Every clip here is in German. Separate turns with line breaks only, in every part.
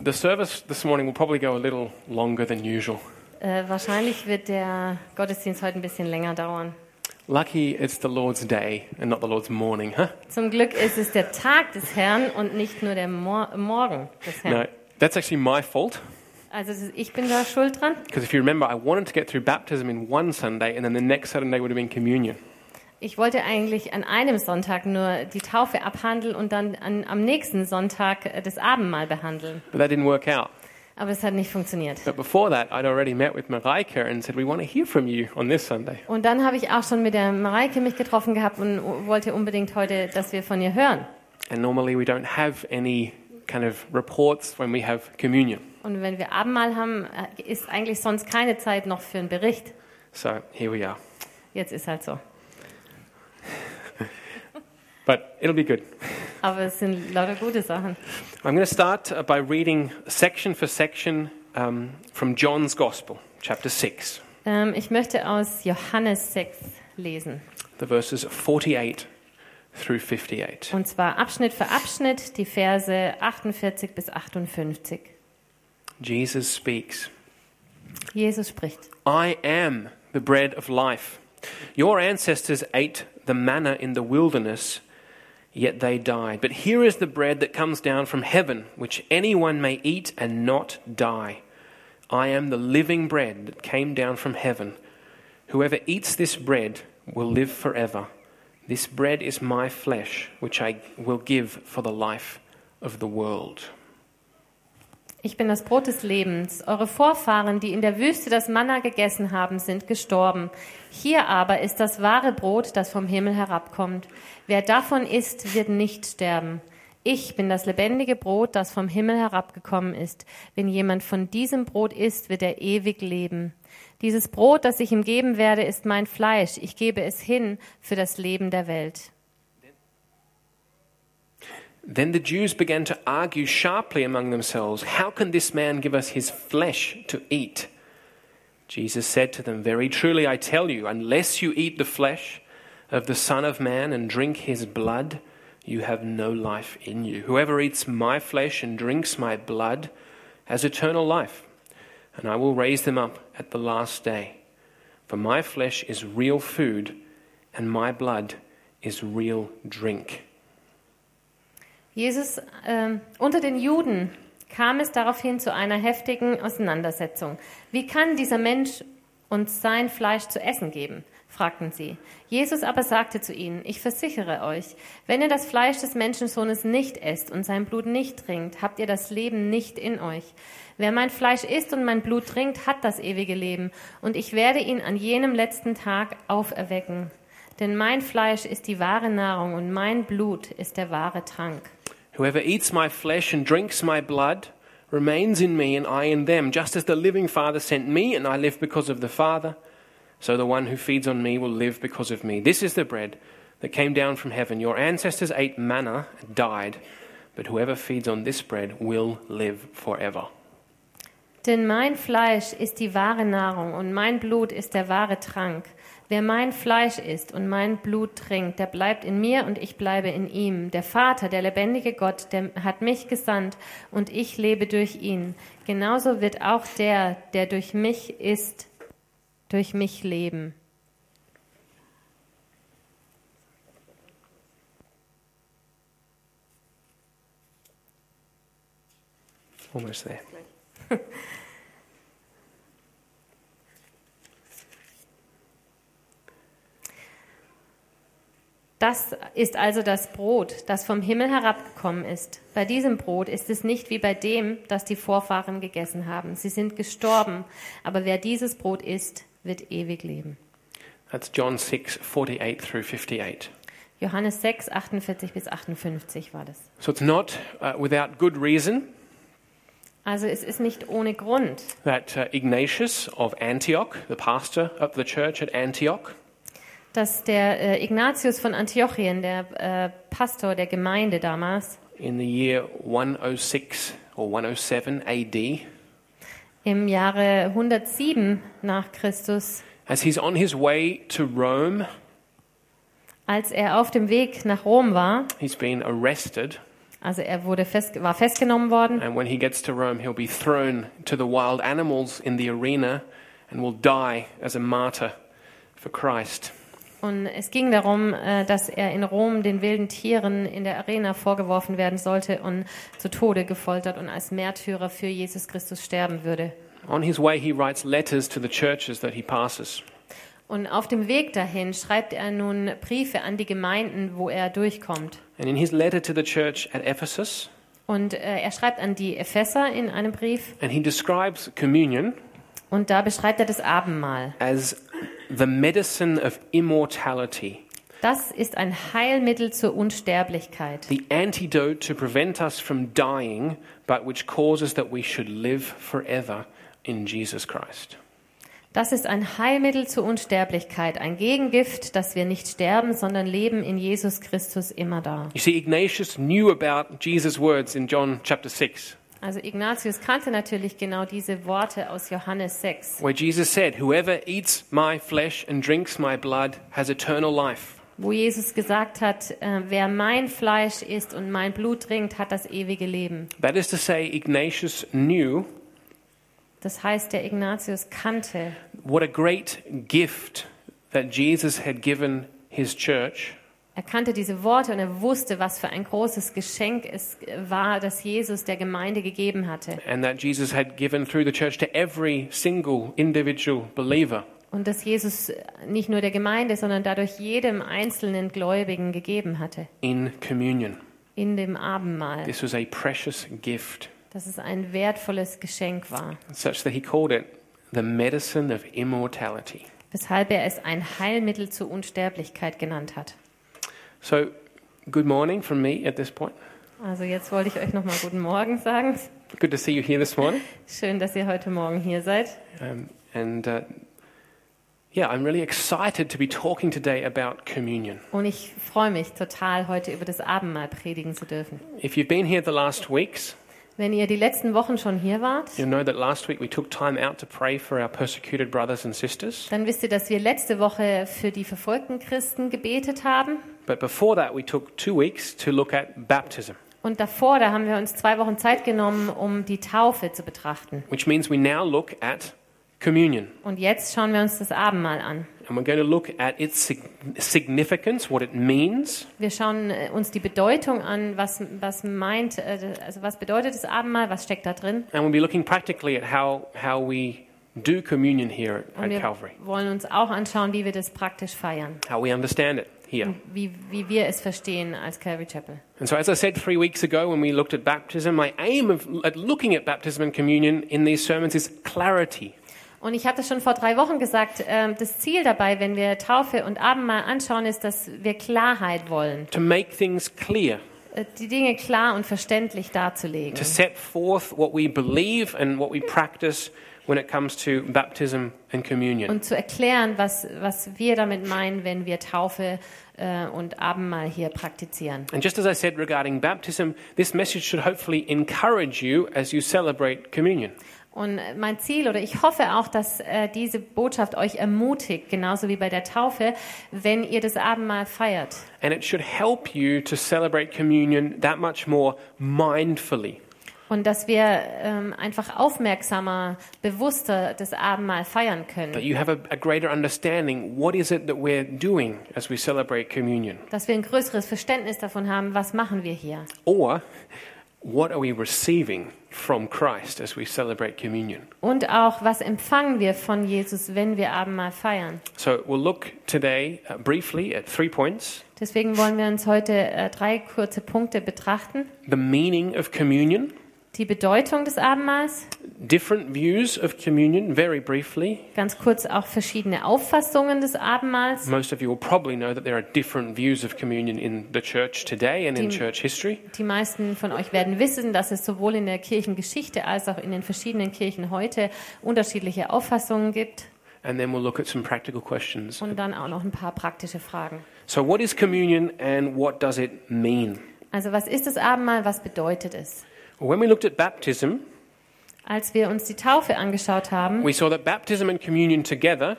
The service this morning will probably go a little longer than usual.
Äh, wahrscheinlich wird der Gottesdienst heute ein bisschen länger dauern.
Lucky it's the Lord's day and not the Lord's morning, huh?
Zum Glück ist es der Tag des Herrn und nicht nur der Mor Morgen des Herrn.
No, that's actually my fault
Also es ist- ich bin da schuld dran.
because if you remember, I wanted to get through baptism in one Sunday and then the next Sunday would have been communion.
Ich wollte eigentlich an einem Sonntag nur die Taufe abhandeln und dann an, am nächsten Sonntag äh, das Abendmahl behandeln.
But that didn't work out.
Aber es hat nicht funktioniert.
But before that, I'd already met with Mareike and said, We want to hear from you on this Sunday.
Und dann habe ich auch schon mit der Mareike mich getroffen gehabt und wollte unbedingt heute, dass wir von ihr hören.
And normally we don't have any kind of reports when we have communion.
Und wenn wir Abendmahl haben, äh, ist eigentlich sonst keine Zeit noch für einen Bericht.
So here we are.
Jetzt ist halt so.
But it'll be good.
Aber es sind lauter gute Sachen.
I'm going to start uh, by reading section for section um, from John's Gospel, chapter 6,
Ähm, ich möchte aus Johannes 6 lesen.
the verses 48 through 58.
Und zwar Abschnitt für Abschnitt, die Verse 48 bis 58.
Jesus speaks.
Jesus spricht.
I am the bread of life. Your ancestors ate the manna in the wilderness, yet they died. But here is the bread that comes down from heaven, which anyone may eat and not die. I am the living bread that came down from heaven. Whoever eats this bread will live forever. This bread is my flesh, which I will give for the life of the world.
Ich bin das Brot des Lebens. Eure Vorfahren, die in der Wüste das Manna gegessen haben, sind gestorben. Hier aber ist das wahre Brot, das vom Himmel herabkommt. Wer davon isst, wird nicht sterben. Ich bin das lebendige Brot, das vom Himmel herabgekommen ist. Wenn jemand von diesem Brot isst, wird er ewig leben. Dieses Brot, das ich ihm geben werde, ist mein Fleisch. Ich gebe es hin für das Leben der Welt.
Then the Jews began to argue sharply among themselves, How can this man give us his flesh to eat? Jesus said to them, Very truly I tell you, unless you eat the flesh of the Son of Man and drink his blood, you have no life in you. Whoever eats my flesh and drinks my blood has eternal life, and I will raise them up at the last day. For my flesh is real food, and my blood is real drink.
Jesus, ähm, unter den Juden kam es daraufhin zu einer heftigen Auseinandersetzung. Wie kann dieser Mensch uns sein Fleisch zu essen geben? fragten sie. Jesus aber sagte zu ihnen, ich versichere euch, wenn ihr das Fleisch des Menschensohnes nicht esst und sein Blut nicht trinkt, habt ihr das Leben nicht in euch. Wer mein Fleisch isst und mein Blut trinkt, hat das ewige Leben, und ich werde ihn an jenem letzten Tag auferwecken. Denn mein Fleisch ist die wahre Nahrung und mein Blut ist der wahre Trank.
Whoever eats my flesh and drinks my blood remains in me, and I in them. Just as the living Father sent me, and I live because of the Father, so the one who feeds on me will live because of me. This is the bread that came down from heaven. Your ancestors ate manna and died, but whoever feeds on this bread will live forever.
Denn mein Fleisch ist die wahre Nahrung und mein Blut ist der wahre Trank. Wer mein Fleisch isst und mein Blut trinkt, der bleibt in mir und ich bleibe in ihm. Der Vater, der lebendige Gott, der hat mich gesandt und ich lebe durch ihn. Genauso wird auch der, der durch mich isst, durch mich leben.
Almost there.
Das ist also das Brot, das vom Himmel herabgekommen ist. Bei diesem Brot ist es nicht wie bei dem, das die Vorfahren gegessen haben. Sie sind gestorben, aber wer dieses Brot isst, wird ewig leben.
That's John 6 48 through 58.
Johannes 6, 48 bis 58 war das.
So it's not uh, without good reason
Also es ist nicht ohne Grund,
that uh, Ignatius of Antioch, the pastor of the church at Antioch,
dass der äh, Ignatius von Antiochien, der äh, Pastor der Gemeinde damals,
in the year 106 or 107 AD,
im Jahre 107 nach Christus,
as he's on his way to Rome,
als er auf dem Weg nach Rom war,
he's been arrested
Also er wurde fest, war festgenommen worden
And when he gets to Rome, he'll be thrown to the wild animals in the arena and will die as a martyr for Christ.
und es ging darum, äh, dass er in Rom den wilden Tieren in der Arena vorgeworfen werden sollte und zu Tode gefoltert und als Märtyrer für Jesus Christus sterben würde.
On his way, he writes letters to the churches that he passes.
Und auf dem Weg dahin schreibt er nun Briefe an die Gemeinden, wo er durchkommt.
And in his letter to the church at Ephesus,
Und äh, er schreibt an die Epheser in einem Brief
and he describes communion
und da beschreibt er das Abendmahl.
as the medicine of immortality,
Das ist ein Heilmittel zur Unsterblichkeit.
the antidote to prevent us from dying, but which causes that we should live forever in Jesus Christ.
Das ist ein Heilmittel zur Unsterblichkeit, ein Gegengift, dass wir nicht sterben, sondern leben in Jesus Christus immer da.
You see, Ignatius knew about Jesus' words in John chapter 6,
Also Ignatius kannte natürlich genau diese Worte aus Johannes 6,
where Jesus said, Whoever eats my flesh and drinks my blood has eternal life.
wo Jesus gesagt hat, äh, wer mein Fleisch isst und mein Blut trinkt, hat das ewige Leben.
That is to say, Ignatius knew
Das heißt, der Ignatius kannte,
what a great gift that Jesus had given his church
er kannte diese Worte und er wusste, was für ein großes Geschenk es war, das Jesus der Gemeinde gegeben hatte.
and that Jesus had given through the church to every single individual believer.
Und dass Jesus nicht nur der Gemeinde, sondern dadurch jedem einzelnen Gläubigen gegeben hatte.
in communion.
In dem Abendmahl.
This was a precious gift,
Dass es ein wertvolles Geschenk war.
such that he called it the medicine of immortality.
Weshalb er es ein Heilmittel zur Unsterblichkeit genannt hat.
So, good morning from me at this point.
Also jetzt wollte ich euch nochmal guten Morgen sagen.
Good to see you here this morning.
Schön, dass ihr heute Morgen hier seid.
Um, and uh, yeah, I'm really excited to be talking today about communion.
Und ich freue mich total, heute über das Abendmahl predigen zu dürfen.
If you've been here the last weeks,
Wenn ihr die letzten Wochen schon hier wart,
you'll know that last week we took time out to pray for our persecuted brothers and sisters.
dann wisst ihr, dass wir letzte Woche für die verfolgten Christen gebetet haben.
But before that, we took two weeks to look at baptism,
Und davor, da haben wir uns zwei Wochen Zeit genommen, um die Taufe zu betrachten.
which means we now look at communion.
Und jetzt schauen wir uns das Abendmahl an.
And we're going to look at its sig- significance, what it means,
Wir schauen äh, uns die Bedeutung an, was, was meint, äh, also was bedeutet das Abendmahl, was steckt da drin.
and we'll be looking practically at how, how we do communion here at,
Und
at
wir
Calvary,
wollen uns auch anschauen, wie wir das praktisch feiern,
how we understand it here.
wie, wie wir es verstehen als Calvary Chapel.
And so, as I said three weeks ago when we looked at baptism, my aim of, at looking at baptism and communion in these sermons is clarity.
Und ich habe das schon vor drei Wochen gesagt, ähm, das Ziel dabei, wenn wir Taufe und Abendmahl anschauen, ist, dass wir Klarheit wollen,
To make things clear,
äh, die Dinge klar und verständlich darzulegen.
to set forth what we believe and what we practice when it comes to baptism and communion.
und zu erklären, was, was wir damit meinen, wenn wir Taufe äh, und Abendmahl hier praktizieren.
And just as I said regarding baptism, this message should hopefully encourage you as you celebrate communion.
Und äh, mein Ziel oder ich hoffe auch, dass äh, diese Botschaft euch ermutigt, genauso wie bei der Taufe, wenn ihr das Abendmahl feiert.
And it should help you to celebrate communion that much more mindfully.
Und dass wir ähm, einfach aufmerksamer, bewusster das Abendmahl feiern
That
können.
you have a, a greater understanding what is it that we're doing as we celebrate communion?
Dass wir ein größeres Verständnis davon haben, was machen wir hier.
Or what are we receiving from Christ as we celebrate communion?
Und auch, was empfangen wir von Jesus, wenn wir Abendmahl feiern.
So we'll look today uh, briefly at three points
Deswegen wollen wir uns heute äh, drei kurze Punkte betrachten.
the meaning of communion,
Die Bedeutung des Abendmahls,
different views of communion, very briefly.
ganz kurz auch verschiedene Auffassungen des Abendmahls.
Most of you will probably know that there are different views of communion in the church today and in
Die-
church history.
Die meisten von euch werden wissen, dass es sowohl in der Kirchengeschichte als auch in den verschiedenen Kirchen heute unterschiedliche Auffassungen gibt
And then we'll look at some practical questions.
und dann auch noch ein paar praktische Fragen.
So, what is communion and what does it mean?
Also was ist das Abendmahl, was bedeutet es?
Well, When we looked at baptism,
Als wir uns die Taufe angeschaut haben,
we saw that baptism and communion together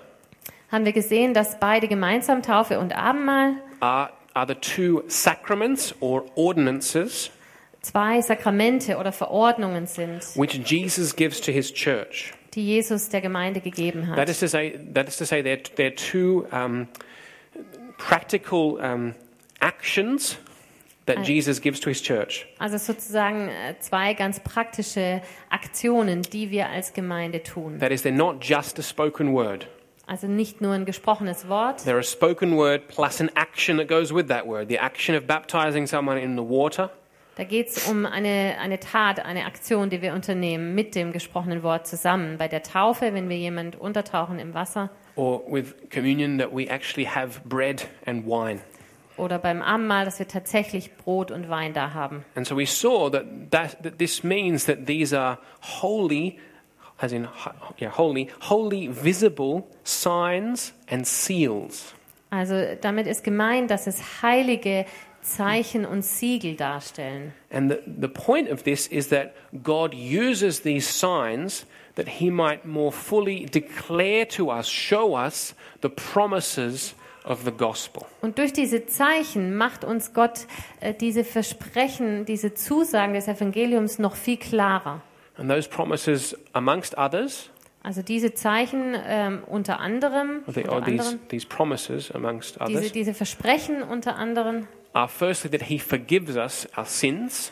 haben wir gesehen, dass beide gemeinsam Taufe und Abendmahl
are, are the two sacraments or ordinances
zwei Sakramente oder Verordnungen sind,
which Jesus gives to his church.
die Jesus der Gemeinde gegeben
That
hat.
is to say, that is to say, they're, they're two um, practical um, actions that Jesus gives to his church.
Also sozusagen äh, zwei ganz praktische Aktionen, die wir als Gemeinde tun.
That is, they're not just a spoken word.
Also nicht nur ein gesprochenes Wort,
They're a spoken word plus an action that goes with that word. The action of baptizing someone in the water,
da geht es um eine, eine Tat, eine Aktion, die wir unternehmen mit dem gesprochenen Wort zusammen. Bei der Taufe, wenn wir jemand untertauchen im Wasser
or with communion that we actually have bread and wine.
oder beim Abendmahl, dass wir tatsächlich Brot und Wein da haben.
And so we saw that, that, that this means that these are holy, as in ho- yeah, holy, holy visible signs and seals.
Also damit ist gemeint, dass es heilige Zeichen und Siegel darstellen.
And the, the point of this is that God uses these signs that he might more fully declare to us, show us the promises of the gospel.
Und durch diese Zeichen macht uns Gott äh, diese Versprechen, diese Zusagen des Evangeliums noch viel klarer.
And those promises, amongst others,
Also diese Zeichen ähm, unter anderem,
or, the,
unter
or these,
anderem
these promises, amongst
diese,
others,
diese Versprechen unter anderem,
are Uh, firstly that he forgives us our sins.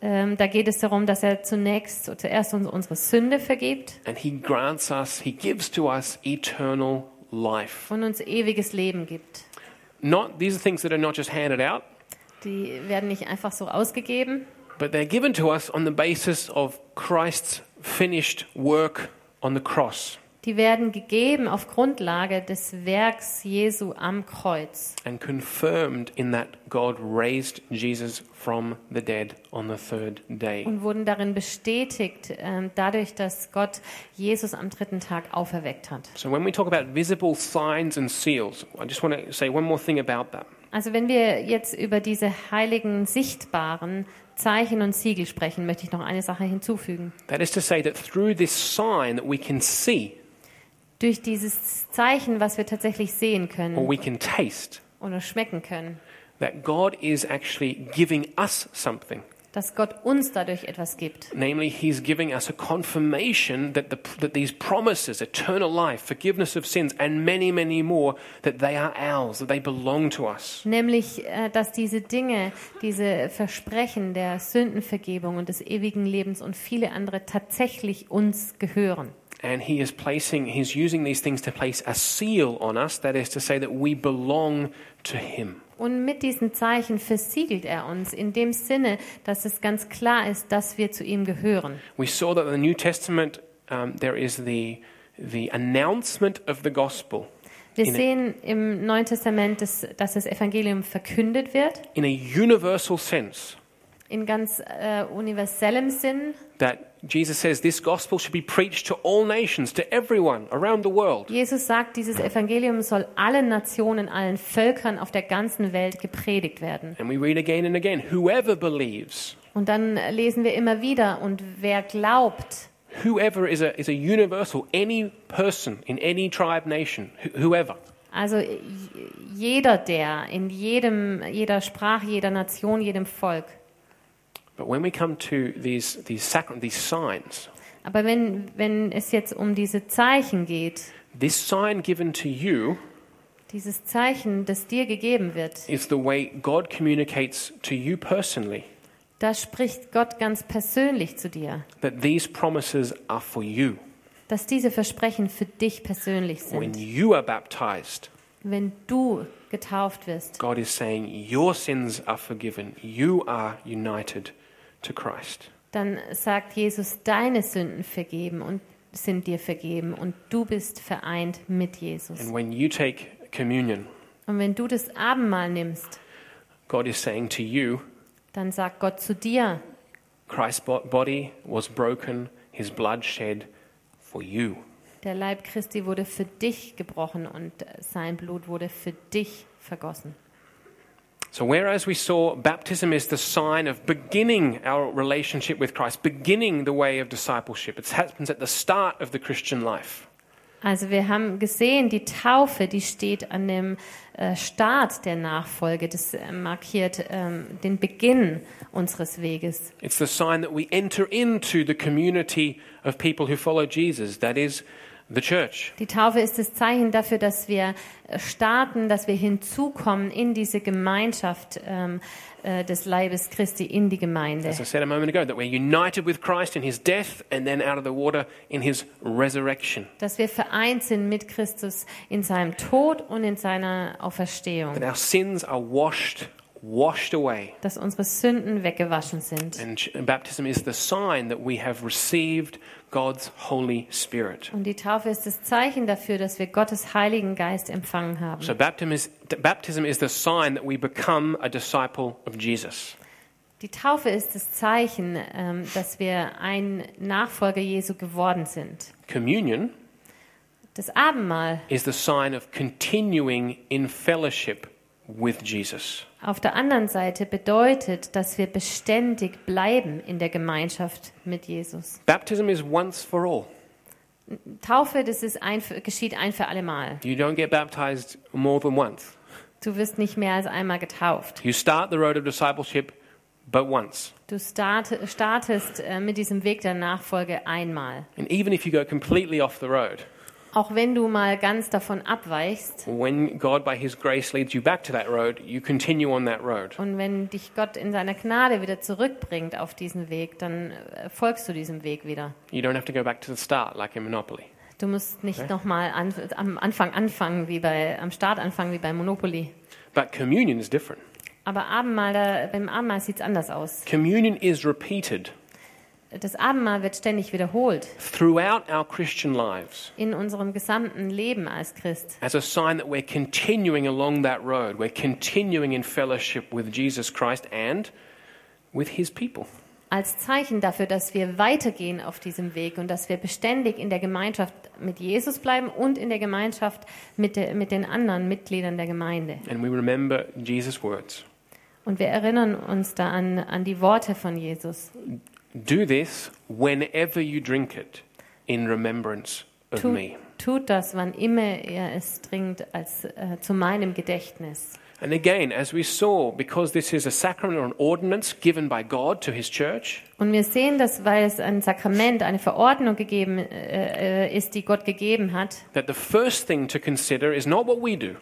ähm, da geht es darum, dass er zunächst zuerst uns unsere Sünde vergibt
And he grants us, he gives to us eternal life.
und uns ewiges Leben gibt.
Not these are things that are not just handed out,
Die werden nicht einfach so ausgegeben,
but they're given to us on the basis of Christ's finished work on the cross.
die werden gegeben auf Grundlage des Werks Jesu am Kreuz.
And confirmed in that God raised Jesus from the dead on the third day.
und wurden darin bestätigt, ähm, dadurch, dass Gott Jesus am dritten Tag auferweckt hat.
So, when we talk about visible signs and seals, I just want to say one more thing about that.
Also wenn wir jetzt über diese heiligen, sichtbaren Zeichen und Siegel sprechen, möchte ich noch eine Sache hinzufügen.
That is to say, that through this sign that we can see
Durch dieses Zeichen, was wir tatsächlich sehen
or
können
we can taste,
oder schmecken können,
that God is actually giving us something.
dass Gott uns dadurch etwas gibt.
Namely, he's giving us a confirmation that, the, that these promises, eternal life, forgiveness of sins, and many, many more, that they are ours, that they belong to us.
Nämlich, äh, dass diese Dinge, diese Versprechen der Sündenvergebung und des ewigen Lebens und viele andere tatsächlich uns gehören.
And he is placing, he's using these things to place a seal on us, that is to say, that we belong to him.
Und mit diesen Zeichen versiegelt er uns in dem Sinne, dass es ganz klar ist, dass wir zu ihm gehören.
We saw that in the New Testament, um, there is the, the announcement of the gospel
Wir
In-
sehen im Neuen Testament, dass, dass das Evangelium verkündet wird,
in a universal sense.
in ganz äh, universellem Sinn.
that Jesus says this gospel should be preached to all nations, to everyone around the world.
Jesus sagt, dieses Evangelium soll allen Nationen, allen Völkern auf der ganzen Welt gepredigt werden.
And we read again and again whoever believes,
Und dann äh, lesen wir immer wieder, und wer glaubt,
whoever is a, is a universal, any person in any tribe, nation, wh- whoever.
also j- jeder, der in jedem, jeder Sprache, jeder Nation, jedem Volk,
But when we come to these, these, sacra- these signs,
Aber wenn, wenn es jetzt um diese Zeichen geht,
this sign given to you
dieses Zeichen, das dir gegeben wird,
is the way God communicates to you personally
da spricht Gott ganz persönlich zu dir,
that these promises are for you.
dass diese Versprechen für dich persönlich
When
sind.
you are baptized,
Wenn du getauft wirst,
God is saying, Your sins are forgiven. You are united to Christ.
dann sagt Jesus, deine Sünden vergeben und sind dir vergeben und du bist vereint mit Jesus.
And when you take communion,
Und wenn du das Abendmahl nimmst,
God is saying to you,
dann sagt Gott zu dir,
Christ's bo- body was broken, his blood shed for you.
der Leib Christi wurde für dich gebrochen und sein Blut wurde für dich vergossen.
So, whereas we saw baptism is the sign of beginning our relationship with Christ, beginning the way of discipleship, it happens at the start of the Christian life.
Also wir haben gesehen, die Taufe, die steht an dem äh, Start der Nachfolge. Das äh, markiert ähm, den Beginn unseres Weges.
It's the sign that we enter into the community of people who follow Jesus, that is, the church.
Die Taufe ist das Zeichen dafür, dass wir äh, starten, dass wir hinzukommen in diese Gemeinschaft ähm, äh, des Leibes Christi, in die Gemeinde.
As I said a moment ago, that we're united with Christ in his death and then out of the water in his resurrection.
Dass wir vereint sind mit Christus in seinem Tod und in seiner Auferstehung.
That our sins are washed, washed away.
Dass unsere Sünden weggewaschen sind.
And ch- baptism is the sign that we have received God's Holy Spirit.
Und die Taufe ist das Zeichen dafür, dass wir Gottes Heiligen Geist empfangen haben.
So baptism is, th- baptism is the sign that we become a disciple of Jesus.
Die Taufe ist das Zeichen, ähm, dass wir ein Nachfolger Jesu geworden sind.
Communion
Das Abendmahl
is the sign of continuing in fellowship with Jesus.
auf der anderen Seite bedeutet, dass wir beständig bleiben in der Gemeinschaft mit Jesus.
Baptism is once for all.
Taufe, das ist ein, für- geschieht ein für allemal.
You don't get baptized more than once.
Du wirst nicht mehr als einmal getauft.
You start the road of discipleship but once.
Du start, startest äh, mit diesem Weg der Nachfolge einmal.
And even if you go completely off the road,
Auch wenn du mal ganz davon abweichst
when God by his grace leads you back to that road, you continue on that road.
und wenn dich Gott in seiner Gnade wieder zurückbringt auf diesen Weg, dann äh, folgst du diesem Weg wieder.
You don't have to go back to the start like in Monopoly.
Du musst nicht nochmal an, am Anfang anfangen, wie bei, am Start anfangen, wie bei Monopoly.
But communion is different.
Aber Abendmahl, da, beim Abendmahl sieht's anders aus.
Communion is repeated
Das Abendmahl wird ständig wiederholt
throughout our Christian lives
in unserem gesamten Leben als Christ.
as a sign that we're continuing along that road. We're continuing in fellowship with Jesus Christ and with his people.
Als Zeichen dafür, dass wir weitergehen auf diesem Weg und dass wir beständig in der Gemeinschaft mit Jesus bleiben und in der Gemeinschaft mit, der, mit den anderen Mitgliedern der Gemeinde.
And we remember Jesus' words
Und wir erinnern uns da an, an die Worte von Jesus.
Do this whenever you drink it in remembrance of
Tut,
me.
tut das, wann immer er es dringt, als äh, zu meinem Gedächtnis.
And again, as we saw, because this is a sacrament or an ordinance given by God to his church,
Und wir sehen das, weil es ein Sakrament, eine Verordnung gegeben äh, äh, ist, die Gott gegeben hat,
that the first thing to consider is not what we do,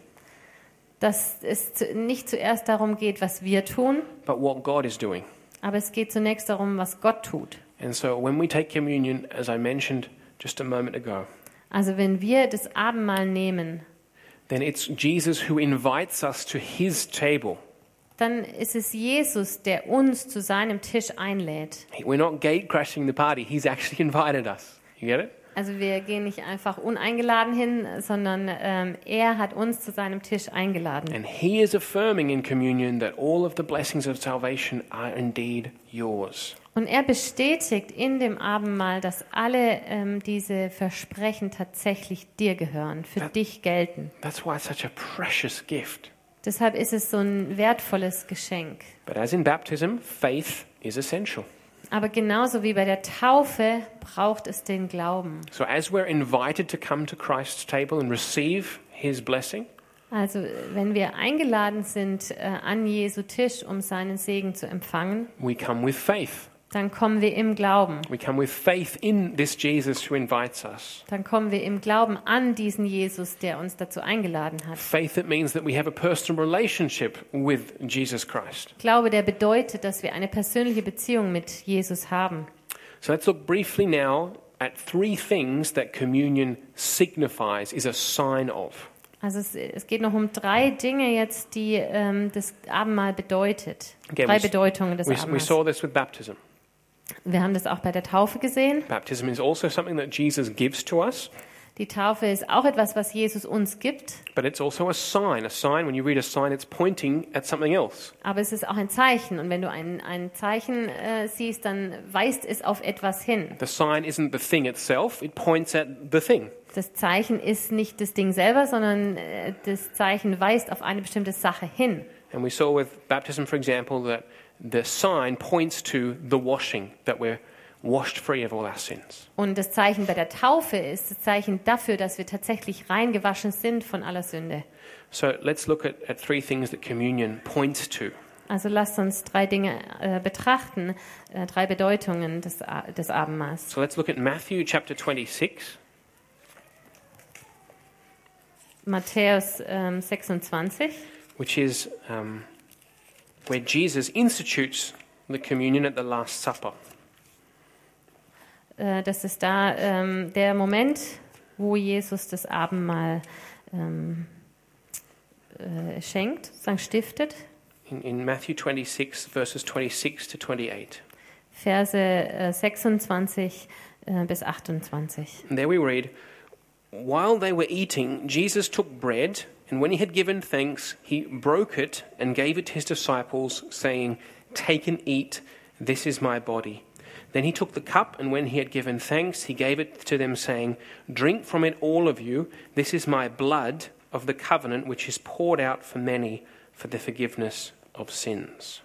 dass es zu- nicht zuerst darum geht, was wir tun,
but what God is doing.
aber es geht zunächst darum, was Gott tut.
And so when we take communion, as I mentioned just a moment ago,
Also wenn wir das Abendmahl nehmen,
then it's Jesus who invites us to his table.
dann ist es Jesus, der uns zu seinem Tisch einlädt.
We're not gate crashing the party, he's actually invited us. You get it?
Also wir gehen nicht einfach uneingeladen hin, sondern ähm, er hat uns zu seinem Tisch eingeladen.
And he is affirming in communion that all of the blessings of salvation are indeed yours.
Und er bestätigt in dem Abendmahl, dass alle ähm, diese Versprechen tatsächlich dir gehören, für dich gelten.
That's why it's such a precious gift.
Deshalb ist es so ein wertvolles Geschenk.
But as in baptism, faith is essential.
Aber genauso wie bei der Taufe braucht es den Glauben.
So as we're invited to come to Christ's table and receive his blessing,
Also äh, wenn wir eingeladen sind äh, an Jesu Tisch, um seinen Segen zu empfangen,
we come with faith.
dann kommen wir im Glauben.
We come with faith in this Jesus who invites us.
Dann kommen wir im Glauben an diesen Jesus, der uns dazu eingeladen hat.
Faith that means that we have a personal relationship with Jesus Christ.
Glaube, der bedeutet, dass wir eine persönliche Beziehung mit Jesus haben.
So let's look briefly now at three things that communion signifies, is a sign of.
Also es, es geht noch um drei Dinge jetzt, die ähm, das Abendmahl bedeutet.
Okay,
drei
we-
Bedeutungen des
We, we
Abendmahls.
saw this with baptism.
Wir haben das auch bei der Taufe gesehen.
Baptism is also something that Jesus gives to us,
Die Taufe ist auch etwas, was Jesus uns gibt,
but it's also a sign. A sign, when you read a sign, it's pointing at something else.
aber es ist auch ein Zeichen. Und wenn du ein, ein Zeichen äh, siehst, dann weist es auf etwas hin.
The sign isn't the thing itself, it points at the thing.
Das Zeichen ist nicht das Ding selber, sondern äh, das Zeichen weist auf eine bestimmte Sache hin.
And we saw with baptism, for example, that the sign points to the washing that we're, washed free of all our sins.
Und das Zeichen bei der Taufe ist das Zeichen dafür, dass wir tatsächlich reingewaschen sind von aller Sünde.
So let's look at, at three things that communion points to.
Also lasst uns drei Dinge äh, betrachten, äh, drei Bedeutungen des, A- des Abendmahls.
So let's look at Matthew chapter 26.
Matthäus ähm, 26,
which is um, where Jesus institutes the communion at the Last Supper.
äh, das ist da ähm, der Moment, wo Jesus das Abendmahl ähm, äh, schenkt, sozusagen stiftet.
In, in Matthew 26, verses 26 to 28.
Verse äh, 26 äh, bis 28.
And there we read While they were eating, Jesus took bread, and when he had given thanks, he broke it and gave it to his disciples, saying, Take and eat, this is my body. Then he took the cup, and when he had given thanks, he gave it to them, saying, Drink from it, all of you. This is my blood of the covenant, which is poured out for many for the forgiveness of sins.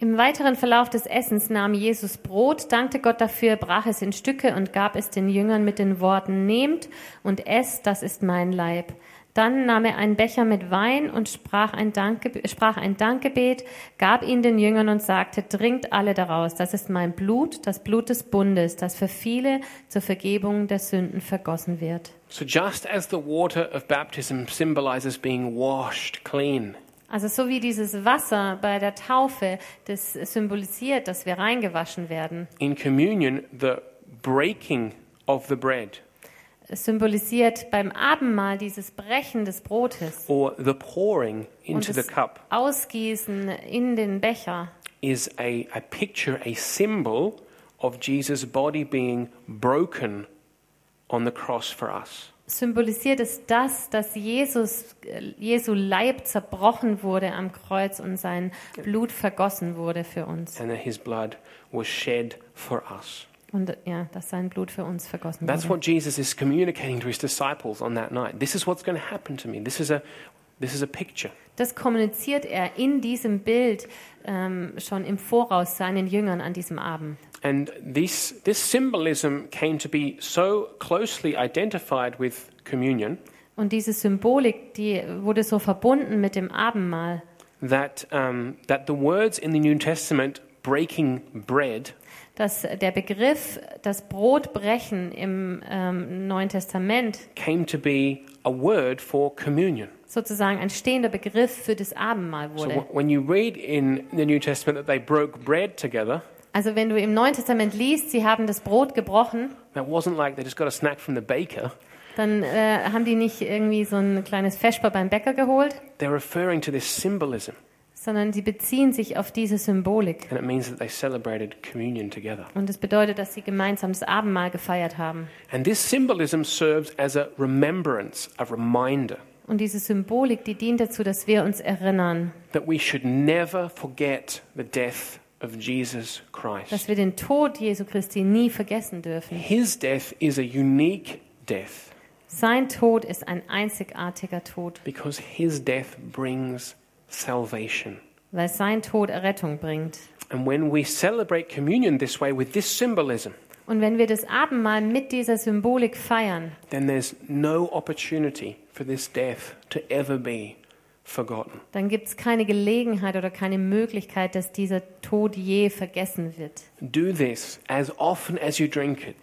Im weiteren Verlauf des Essens nahm Jesus Brot, dankte Gott dafür, brach es in Stücke und gab es den Jüngern mit den Worten, nehmt und esst, das ist mein Leib. Dann nahm er einen Becher mit Wein und sprach ein, Dankge sprach ein Dankgebet, gab ihn den Jüngern und sagte, trinkt alle daraus, das ist mein Blut, das Blut des Bundes, das für viele zur Vergebung der Sünden vergossen wird.
So, just as the water of baptism symbolizes being washed clean,
Also so wie dieses Wasser bei der Taufe, das symbolisiert, dass wir reingewaschen werden,
in communion, the breaking of the bread
es symbolisiert beim Abendmahl dieses Brechen des Brotes
or the pouring
und
into the
das
cup
Ausgießen in den Becher.
is a, a picture, a symbol of Jesus' body being broken on the cross for us.
Symbolisiert es das, dass Jesus, äh, Jesu Leib zerbrochen wurde am Kreuz und sein Blut vergossen wurde für uns.
And that his blood was shed for us.
Und äh, ja, dass sein Blut für uns vergossen
That's
wurde.
what Jesus is communicating to his disciples on that night. This is what's going to happen to me. This is a, this is a picture.
Das kommuniziert er in diesem Bild ähm, schon im Voraus seinen Jüngern an diesem Abend.
And this, this symbolism came to be so closely identified with communion
Und diese Symbolik, die wurde so verbunden mit dem Abendmahl,
that, um, that the words in the New Testament, breaking bread,
dass der Begriff das Brotbrechen im ähm, Neuen Testament
came to be a word for communion.
sozusagen ein stehender Begriff für das Abendmahl
So
wurde.
wh- when you read in the New Testament that they broke bread together,
Also wenn du im Neuen Testament liest, sie haben das Brot gebrochen,
that wasn't like they just got a snack from the baker.
dann äh, haben die nicht irgendwie so ein kleines Feschbar beim Bäcker geholt,
They're referring to this symbolism,
sondern sie beziehen sich auf diese Symbolik.
and it means that they celebrated communion together.
Und das bedeutet, dass sie gemeinsam das Abendmahl gefeiert haben.
And this symbolism serves as a remembrance, a reminder
Und diese Symbolik, die dient dazu, dass wir uns erinnern,
that we should never forget the death of Jesus Christ.
dass wir den Tod Jesu Christi nie vergessen dürfen.
His death is a unique death
Sein Tod ist ein einzigartiger Tod,
because his death brings salvation.
weil sein Tod Errettung bringt.
And when we celebrate communion this way with this symbolism,
Und wenn wir das Abendmahl mit dieser Symbolik feiern,
then there's no opportunity for this death to ever be forgotten.
dann gibt es keine Gelegenheit oder keine Möglichkeit, dass dieser Tod je vergessen wird.
Do this as often as you drink it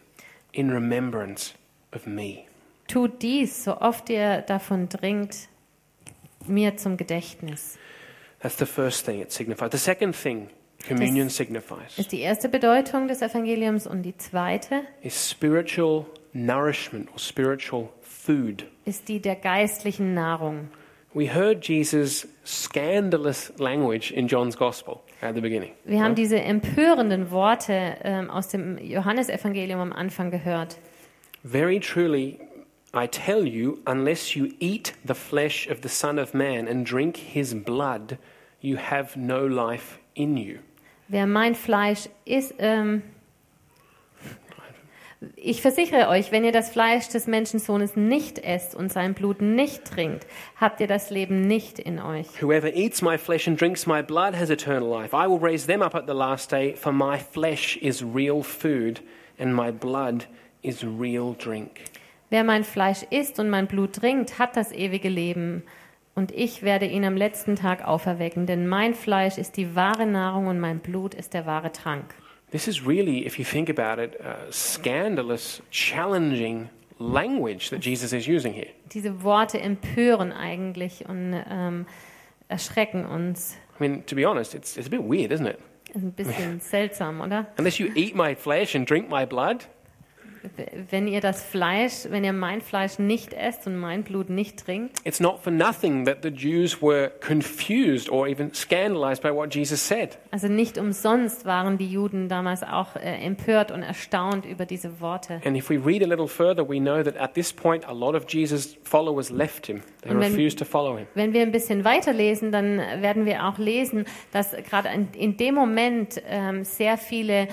in remembrance of me.
Tut dies, so oft ihr davon dringt, mir zum Gedächtnis.
That's the first thing it signifies. The second thing communion signifies
Ist die erste Bedeutung des Evangeliums und die zweite
is spiritual nourishment or spiritual food.
ist die der geistlichen Nahrung.
We heard Jesus' scandalous language in John's Gospel at the beginning.
Wir haben diese empörenden Worte ähm, aus dem Johannesevangelium am Anfang gehört.
Very truly, I tell you, unless you eat the flesh of the Son of Man and drink his blood, you have no life in you.
Wer mein Fleisch isst, ähm, Ich versichere euch, wenn ihr das Fleisch des Menschensohnes nicht esst und sein Blut nicht trinkt, habt ihr das Leben nicht in euch.
Whoever eats my flesh and drinks my blood has eternal life. I will raise them up at the last day, for my flesh is real food and my blood is real drink.
Wer mein Fleisch isst und mein Blut trinkt, hat das ewige Leben. Und ich werde ihn am letzten Tag auferwecken, denn mein Fleisch ist die wahre Nahrung und mein Blut ist der wahre Trank.
This is really, if you think about it, uh, scandalous, challenging language that Jesus is using here.
Diese Worte empören eigentlich und ähm, erschrecken uns.
I mean, to be honest, it's, it's a bit weird, isn't it?
Ein bisschen seltsam, oder?
Unless you eat my flesh and drink my blood,
Wenn ihr das Fleisch, wenn ihr mein Fleisch nicht esst und mein Blut nicht trinkt,
it's not for nothing that the Jews were confused or even scandalized by what Jesus said.
also nicht umsonst waren die Juden damals auch äh, empört und erstaunt über diese Worte.
And if we read a little further, we know that at this point, a lot of Jesus' followers left him. They
Amen.
refused to follow him.
Wenn wir ein bisschen weiterlesen, dann werden wir auch lesen, dass gerade in, in dem Moment ähm, sehr viele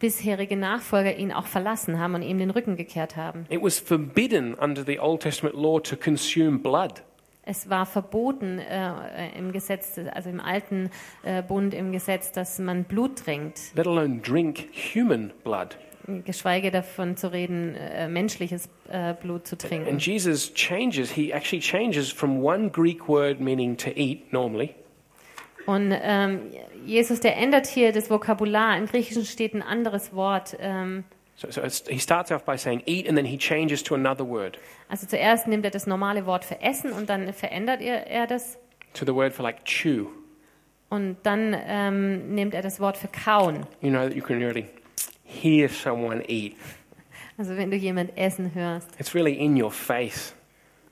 bisherige Nachfolger ihn auch verlassen haben und ihm den Rücken gekehrt haben.
It was forbidden under the Old Testament law to consume blood.
Es war verboten äh, im Gesetz, also im alten äh, Bund im Gesetz, dass man Blut trinkt,
let alone drink human blood.
geschweige davon zu reden, äh, menschliches äh, Blut zu
And
trinken.
Jesus changes, he actually changes from one Greek word meaning to eat normally
Und ähm, Jesus, der ändert hier das Vokabular. Im Griechischen steht ein anderes Wort. Ähm,
so, so it's, he starts off by saying eat and then he changes to another word
Also zuerst nimmt er das normale Wort für Essen und dann verändert er, er das
to the word for like chew
und dann ähm, nimmt er das Wort für Kauen.
you know that you can really hear someone eat
Also wenn du jemand essen hörst.
it's really in your face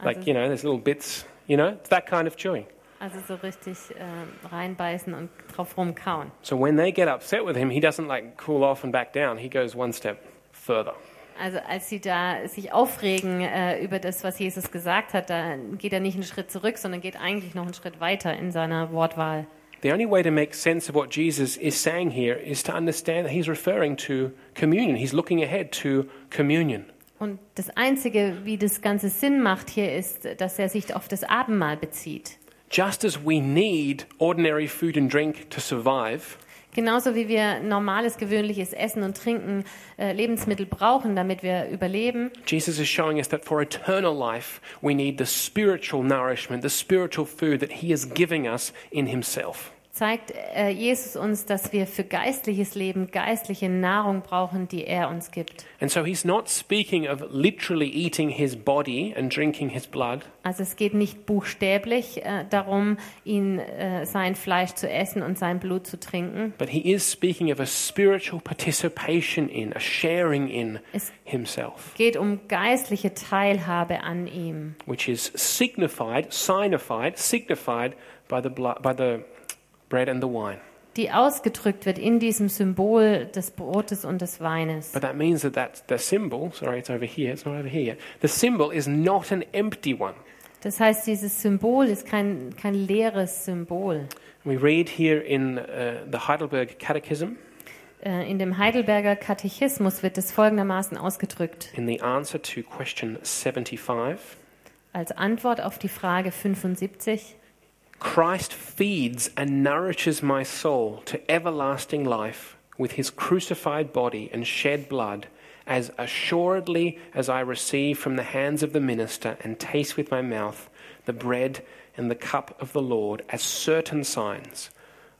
like you know there's little bits you know it's that kind of chewing
Also so richtig ähm, reinbeißen und drauf rumkauen.
so when they get upset with him he doesn't like cool off and back down he goes one step further
Also als sie da sich aufregen äh, über das, was Jesus gesagt hat, da geht er nicht einen Schritt zurück, sondern geht eigentlich noch einen Schritt weiter in seiner Wortwahl.
The only way to make sense of what Jesus is saying here is to understand that he's referring to communion. He's looking ahead to communion.
Und das Einzige, wie das Ganze Sinn macht hier, ist, dass er sich auf das Abendmahl bezieht.
Just as we need ordinary food and drink to survive,
Genauso wie wir normales, gewöhnliches Essen und Trinken, äh, Lebensmittel brauchen, damit wir überleben,
Jesus is showing us that for eternal life, we need the spiritual nourishment, the spiritual food that he is giving us in himself.
zeigt äh, Jesus uns, dass wir für geistliches Leben geistliche Nahrung brauchen, die er uns gibt.
And so he's not speaking of literally eating his body and drinking his blood.
Also es geht nicht buchstäblich äh, darum, ihn äh, sein Fleisch zu essen und sein Blut zu trinken.
But he is speaking of a spiritual participation in, a sharing in
Es
himself.
geht um geistliche Teilhabe an ihm.
which is signified, signified, signified by the, blood, by the bread and the wine.
Die ausgedrückt wird in diesem Symbol des Brotes und des Weines.
But that means that that's the symbol, sorry, it's over here, it's not over here yet. The symbol is not an empty one.
Das heißt, dieses Symbol ist kein, kein leeres Symbol.
We read here in uh, the Heidelberg Catechism,
Äh, In dem Heidelberger Katechismus wird es folgendermaßen ausgedrückt
in the answer to question 75,
als Antwort auf die Frage 75.
Christ feeds and nourishes my soul to everlasting life with his crucified body and shed blood, as assuredly as I receive from the hands of the minister and taste with my mouth the bread and the cup of the Lord as certain signs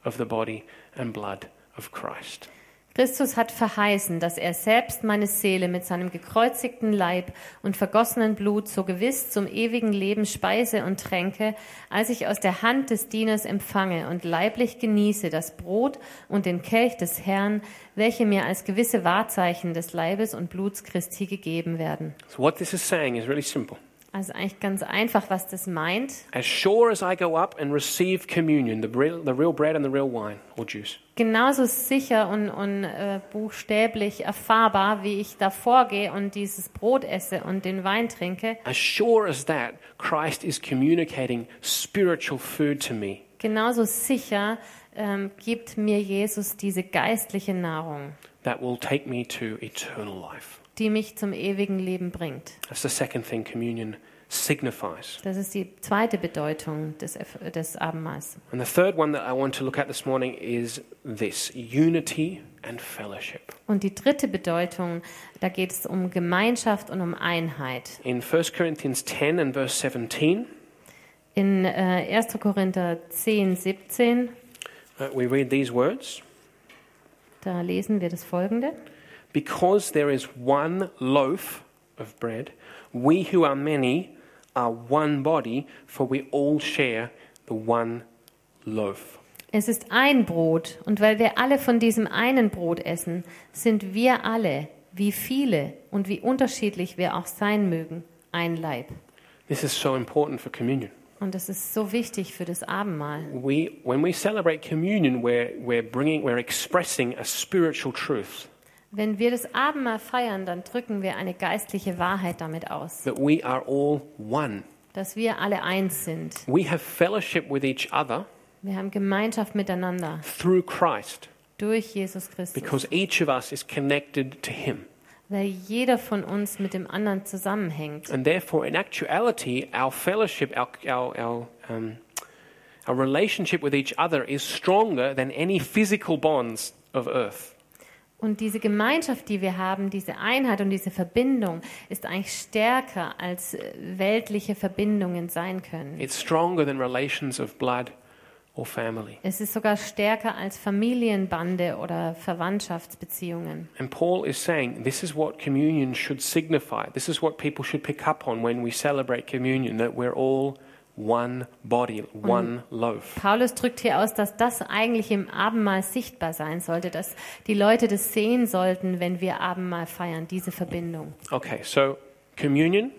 of the body and blood of Christ.
Christus hat verheißen, dass er selbst meine Seele mit seinem gekreuzigten Leib und vergossenen Blut so gewiss zum ewigen Leben speise und tränke, als ich aus der Hand des Dieners empfange und leiblich genieße das Brot und den Kelch des Herrn, welche mir als gewisse Wahrzeichen des Leibes und Bluts Christi gegeben werden.
So, what this is saying is really simple.
Also eigentlich ganz einfach, was das meint.
As sure as I go up and receive communion, the real, the real bread and the real wine or juice,
genauso sicher und, und äh, buchstäblich erfahrbar, wie ich da vorgehe und dieses Brot esse und den Wein trinke.
As sure as that, Christ is communicating spiritual food to me.
Genauso sicher ähm, gibt mir Jesus diese geistliche Nahrung.
that will take me to eternal life.
die mich zum ewigen Leben bringt.
That's the second thing communion signifies.
Das ist die zweite Bedeutung des, Ev- des Abendmahls.
And the third one that I want to look at this morning is this unity and fellowship.
Und die dritte Bedeutung, da geht es um Gemeinschaft und um Einheit.
In 1 Corinthians 10 and verse 17,
In äh, 1. Korinther 10, 17,
uh, we read these words
da lesen wir das folgende.
Because there is one loaf of bread, we who are many are one body, for we all share the one loaf.
Es ist ein Brot, und weil wir alle von diesem einen Brot essen, sind wir alle, wie viele und wie unterschiedlich wir auch sein mögen, ein Leib.
This is so important for communion.
Und das ist so wichtig für das Abendmahl.
We, when we celebrate communion, we're, we're, bringing, we're expressing a spiritual truth
Wenn wir das Abendmahl feiern, dann drücken wir eine geistliche Wahrheit damit aus,
that we are all one.
dass wir alle eins sind.
We have fellowship with each other
Wir haben Gemeinschaft miteinander
through Christ
durch Jesus Christus,
because each of us is connected to Him.
weil jeder von uns mit dem anderen zusammenhängt.
And therefore, in actuality, our fellowship, our, our, our, um, our relationship with each other is stronger than any physical bonds of earth.
Und diese Gemeinschaft, die wir haben, diese Einheit und diese Verbindung ist eigentlich stärker, als äh, weltliche Verbindungen sein können.
It's stronger than relations of blood or family.
Es ist sogar stärker als Familienbande oder Verwandtschaftsbeziehungen.
And Paul is saying this is what communion should signify. This is what people should pick up on when we celebrate communion that we're all one body, one loaf.
Paulus drückt hier aus, dass das eigentlich im Abendmahl sichtbar sein sollte, dass die Leute das sehen sollten, wenn wir Abendmahl feiern, diese Verbindung.
Okay, so communion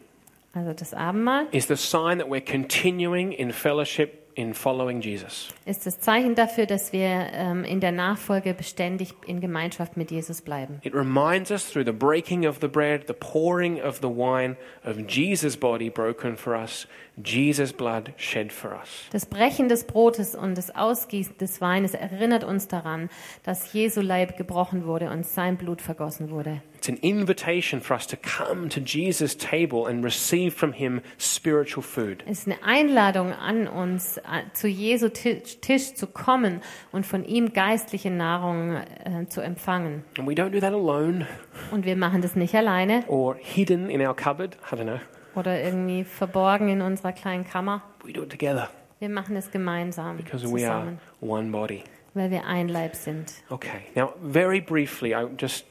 Also das Abendmahl
is the sign that we're continuing in fellowship in following Jesus.
ist das Zeichen dafür, dass wir ähm, in der Nachfolge beständig in Gemeinschaft mit Jesus bleiben.
It reminds us through the breaking of the bread, the pouring of the wine, of Jesus' body broken for us, Jesus' blood shed for us.
Das Brechen des Brotes und das Ausgießen des Weines erinnert uns daran, dass Jesu Leib gebrochen wurde und sein Blut vergossen wurde.
It's an invitation for us to come to Jesus' table and receive from him spiritual food.
Es ist eine Einladung an uns, äh, zu Jesu Ti- Tisch zu kommen und von ihm geistliche Nahrung äh, zu empfangen.
And we don't do that alone
Und wir machen das nicht alleine
or hidden in our cupboard. I don't know.
oder irgendwie verborgen in unserer kleinen Kammer.
We do it together
Wir machen es gemeinsam
because we are
zusammen,
one body.
weil wir ein Leib sind.
Okay. Now, very briefly, I just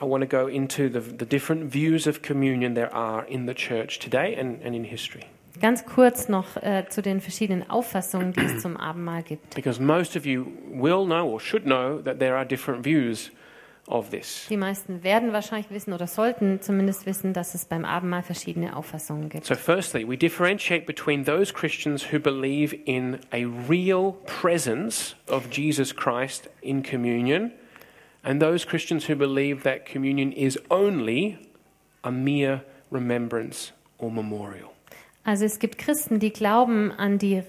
I want to go into the, the different views of communion there are in the church today and, and in history.
Ganz kurz noch äh, zu den verschiedenen Auffassungen, die es zum Abendmahl gibt.
Because most of you will know or should know that there are different views of this.
Die meisten werden wahrscheinlich wissen oder sollten zumindest wissen, dass es beim Abendmahl verschiedene Auffassungen gibt.
So, firstly, we differentiate between those Christians who believe in a real presence of Jesus Christ in communion and those Christians who believe that communion is only a mere remembrance or memorial.
Also es gibt Christen, die glauben an die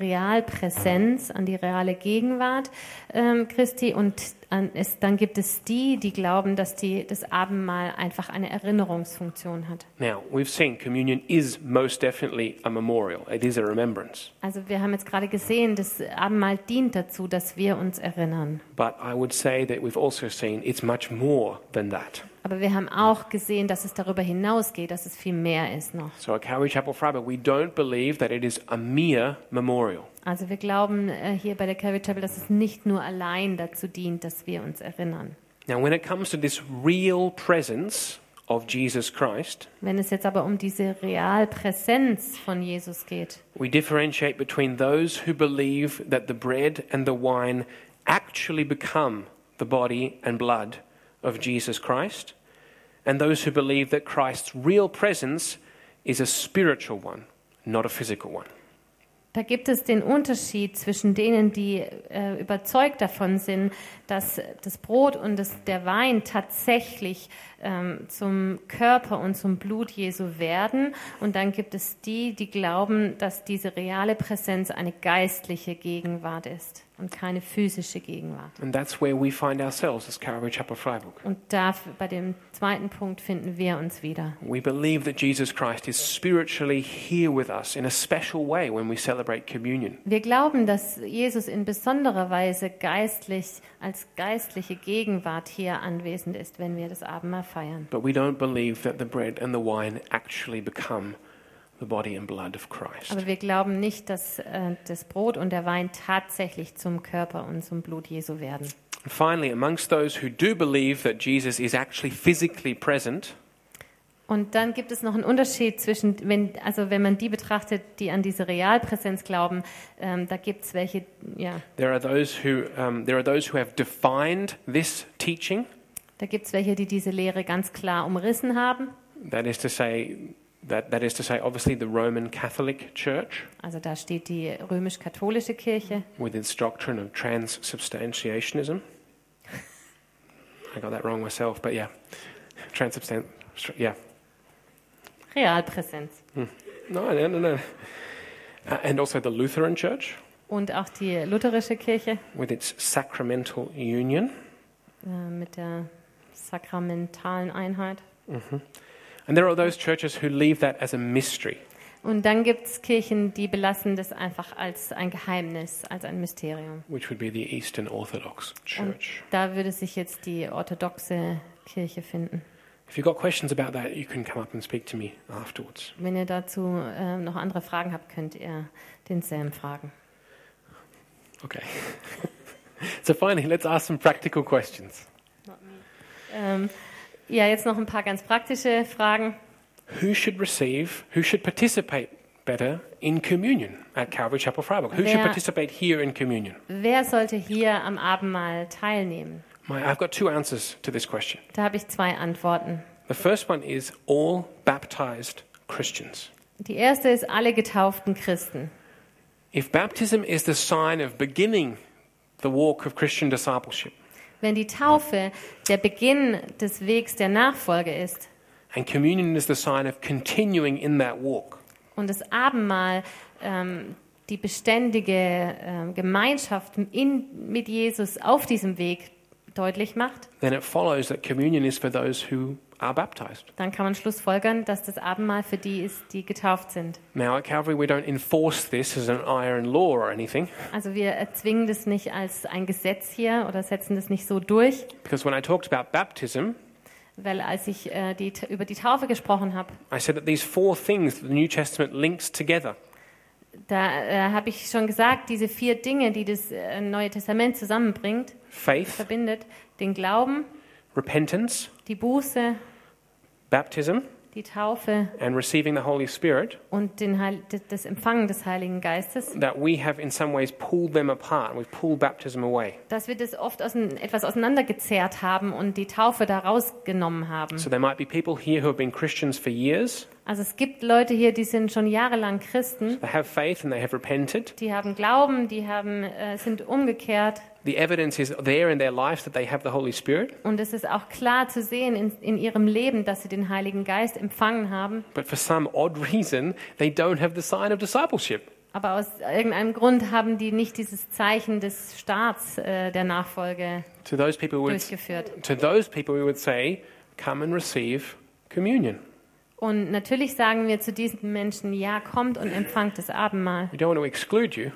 Realpräsenz, an die reale Gegenwart ähm, Christi und an es, dann gibt es die, die glauben, dass die, das Abendmahl einfach eine Erinnerungsfunktion hat.
Now, we've seen communion is most definitely a memorial, it is a remembrance.
Also wir haben jetzt gerade gesehen, das Abendmahl dient dazu, dass wir uns erinnern.
But I would say that we've also seen it's much more than that.
Aber wir haben auch gesehen, dass es darüber hinausgeht, dass es viel mehr ist noch.
So at Calvary Chapel Freiburg, we don't believe that it is a mere memorial.
Also wir glauben äh, hier bei der Calvary Chapel, dass es nicht nur allein dazu dient, dass wir uns erinnern.
Now, when it comes to this real presence of Jesus Christ,
Wenn es jetzt aber um diese Realpräsenz von Jesus geht,
we differentiate between those who believe that the bread and the wine actually become the body and blood of Jesus Christ, and those who believe that Christ's real presence is a spiritual one, not a physical one.
da gibt es den Unterschied zwischen denen, die äh, überzeugt davon sind, dass das Brot und das, der Wein tatsächlich ähm, zum Körper und zum Blut Jesu werden. Und dann gibt es die, die glauben, dass diese reale Präsenz eine geistliche Gegenwart ist. und keine physische Gegenwart.
And that's where we find ourselves as Calvary Chapel Freiburg.
Und da bei dem zweiten Punkt finden wir uns wieder.
We believe that Jesus Christ is spiritually here with us in a special way when we celebrate communion.
Wir glauben, dass Jesus in besonderer Weise geistlich als geistliche Gegenwart hier anwesend ist, wenn wir das Abendmahl feiern.
But we don't believe that the bread and the wine actually become the body and blood of Christ.
Aber wir glauben nicht, dass äh, das Brot und der Wein tatsächlich zum Körper und zum Blut Jesu werden.
And finally, amongst those who do believe that Jesus is actually physically present,
Und dann gibt es noch einen Unterschied zwischen, wenn, also wenn man die betrachtet, die an diese Realpräsenz glauben, ähm, da gibt es welche, ja,
there are those who, um, there are those who have defined this teaching.
da gibt es welche, die diese Lehre ganz klar umrissen haben.
That is to say, that, that is to say, obviously the Roman Catholic Church
Also da steht die römisch-katholische Kirche.
with its doctrine of transubstantiationism. I got that wrong myself, but yeah, transubstant, yeah.
Realpräsenz.
No, no, no, no. Uh, and also the Lutheran Church
Und auch die lutherische Kirche
with its sacramental union.
äh, mit der sakramentalen Einheit.
And there are those churches who leave that as a mystery.
Und dann gibt es Kirchen, die belassen das einfach als ein Geheimnis, als ein Mysterium.
which would be the Eastern Orthodox Church.
Da würde sich jetzt die orthodoxe Kirche finden.
If you've got questions about that, you can come up and speak to me afterwards.
Wenn ihr dazu ähm, noch andere Fragen habt, könnt ihr den Sam fragen.
Okay. so finally, let's ask some practical questions.
Ähm, ja, jetzt noch ein paar ganz praktische Fragen.
Who should receive, who should participate better in communion at Calvary Chapel Freiburg? Who should
Yeah.
participate here in communion?
Wer sollte hier am Abendmahl teilnehmen?
My, I've got two answers to this question.
Da habe ich zwei Antworten.
The first one is all baptized Christians.
Die erste ist alle getauften Christen.
If baptism is the sign of beginning the walk of Christian discipleship,
Wenn die Taufe der Beginn des Wegs der Nachfolge ist
and communion is the sign of continuing in that walk,
und das Abendmahl ähm, die beständige ähm, Gemeinschaft in, mit Jesus auf diesem Weg deutlich macht,
then it follows that communion is for those who are baptized.
dann kann man schlussfolgern, dass das Abendmahl für die ist, die getauft sind.
Now, at Calvary, we don't enforce this as an iron law or anything,
Also wir erzwingen das nicht als ein Gesetz hier oder setzen das nicht so durch,
because when I talked about baptism,
weil als ich äh, die, über die Taufe gesprochen habe,
I said that these four things that the New Testament links together
da äh, habe ich schon gesagt, diese vier Dinge, die das äh, Neue Testament zusammenbringt,
faith,
verbindet, den Glauben,
repentance,
die Buße,
baptism,
die Taufe
and receiving the Holy Spirit
und den Heil das Empfangen des Heiligen Geistes,
that we have in some ways pulled them apart. We've pulled baptism away.
dass wir das oft aus, etwas auseinandergezerrt haben und die Taufe da rausgenommen haben.
So there might be people here who have been Christians for years,
Also es gibt Leute hier, die sind schon jahrelang Christen,
they have faith and they have repented.
die haben Glauben, die haben, äh, sind umgekehrt.
The evidence is there in their lives that they have the Holy Spirit,
Und es ist auch klar zu sehen in, in ihrem Leben, dass sie den Heiligen Geist empfangen haben.
but for some odd reason, they don't have the sign of discipleship.
Aber aus irgendeinem Grund haben die nicht dieses Zeichen des Staats äh, der Nachfolge
To those people, we would,
durchgeführt.
to those people, we would say, come and receive communion.
Und natürlich sagen wir zu diesen Menschen, ja, kommt und empfangt das Abendmahl.
We don't want to exclude you,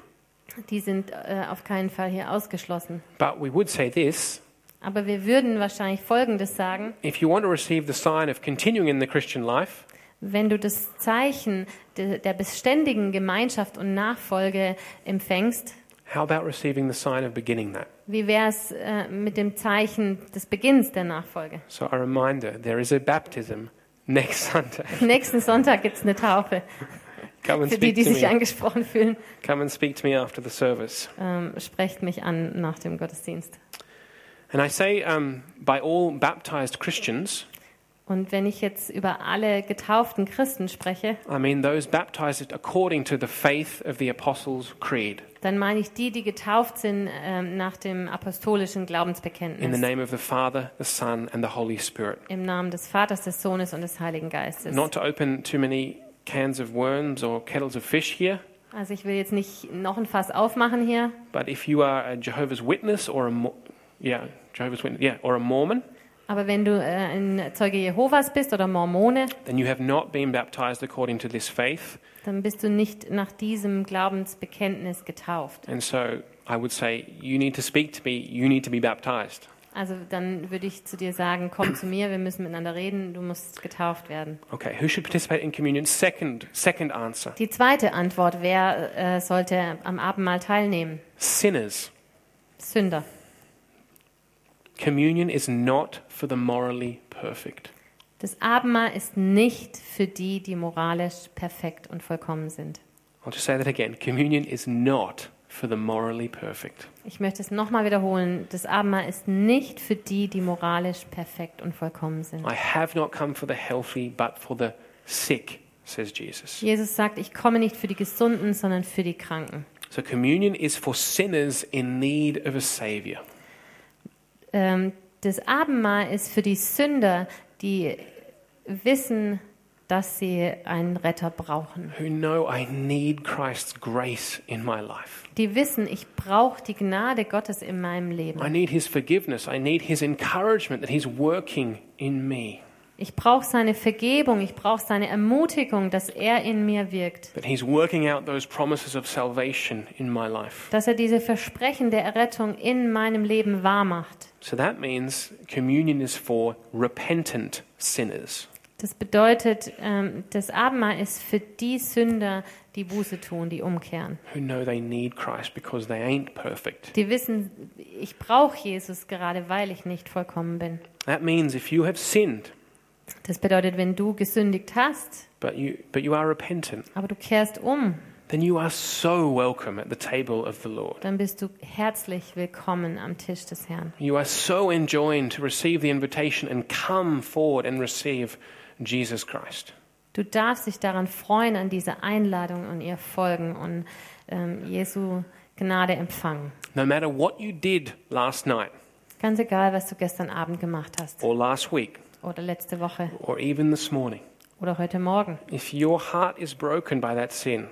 Die sind äh, auf keinen Fall hier ausgeschlossen.
but we would say this:
Aber wir würden wahrscheinlich Folgendes sagen,
if you want to receive the sign of continuing in the Christian life,
wenn du das Zeichen de, der beständigen Gemeinschaft und Nachfolge empfängst,
how about receiving the sign of beginning that?
wie wäre es äh, mit dem Zeichen des Beginns der Nachfolge?
So, a reminder: there is a baptism next Sunday.
Nächsten Sonntag gibt's eine Taufe,
Come and
für die,
speak
die
to
sich
me.
angesprochen fühlen.
Come and speak to me after the service.
Ähm, sprecht mich an nach dem Gottesdienst.
And I say, um, by all baptized Christians,
Und wenn ich jetzt über alle getauften Christen spreche,
I mean those baptized according to the faith of the Apostles' Creed,
dann meine ich die, die getauft sind ähm, nach dem apostolischen
in the
Glaubensbekenntnis.
name of the Father, the Son, and the Holy Spirit.
Im Namen des Vaters, des Sohnes und des Heiligen Geistes.
Not to open too many cans of worms or kettles of fish here,
Also ich will jetzt nicht noch ein Fass aufmachen hier,
But if you are a Jehovah's Witness or a Mo- yeah, Jehovah's Witness, yeah, or a Mormon,
aber wenn du äh, ein Zeuge Jehovas bist oder Mormone,
then you have not been baptized according to this faith.
dann bist du nicht nach diesem Glaubensbekenntnis getauft.
And so I would say you need to speak to me, you need to be baptized.
Also dann würde ich zu dir sagen, komm zu mir, wir müssen miteinander reden, du musst getauft werden.
Okay, who should participate in communion? Second, second answer.
Die zweite Antwort, wer äh, sollte am Abendmahl teilnehmen?
Sinners.
Sünder.
Communion is not for the morally perfect.
Das Abendmahl ist nicht für die, die moralisch perfekt und vollkommen sind.
I'll just say that again. Communion is not for the morally perfect.
Ich möchte es nochmal wiederholen. Das Abendmahl ist nicht für die, die moralisch perfekt und vollkommen sind.
I have not come for the healthy, but for the sick, says Jesus.
Jesus sagt, ich komme nicht für die Gesunden, sondern für die Kranken.
So communion is for sinners in need of a savior.
Ähm, das Abendmahl ist für die Sünder, die wissen, dass sie einen Retter brauchen.
who know I need Christ's grace in my life.
Die wissen, ich brauche die Gnade Gottes in meinem Leben.
I need his forgiveness. I need his encouragement that he's working in me,
Ich brauche seine Vergebung, ich brauche seine Ermutigung, dass er in mir wirkt,
that he's working out those promises of salvation in my life.
dass er diese Versprechen der Errettung in meinem Leben wahr macht.
So that means communion is for repentant sinners.
Das bedeutet, ähm, das Abendmahl ist für die Sünder, die Buße tun, die umkehren.
Who know they need Christ because they ain't perfect.
Die wissen, ich brauche Jesus gerade, weil ich nicht vollkommen bin.
That means if you have sinned,
Das bedeutet, wenn du gesündigt hast,
but you, but you are repentant,
aber du kehrst um,
then you are so welcome at the table of the Lord.
dann bist du herzlich willkommen am Tisch des Herrn.
You are so enjoined to receive the invitation and come forward and receive Jesus Christ.
Du darfst dich daran freuen, an diese Einladung und ihr folgen und ähm, Jesu Gnade empfangen.
No matter what you did last night
Ganz egal, was du gestern Abend gemacht hast
or last week
oder letzte Woche
or even this morning,
oder heute Morgen.
if your heart is broken by that sin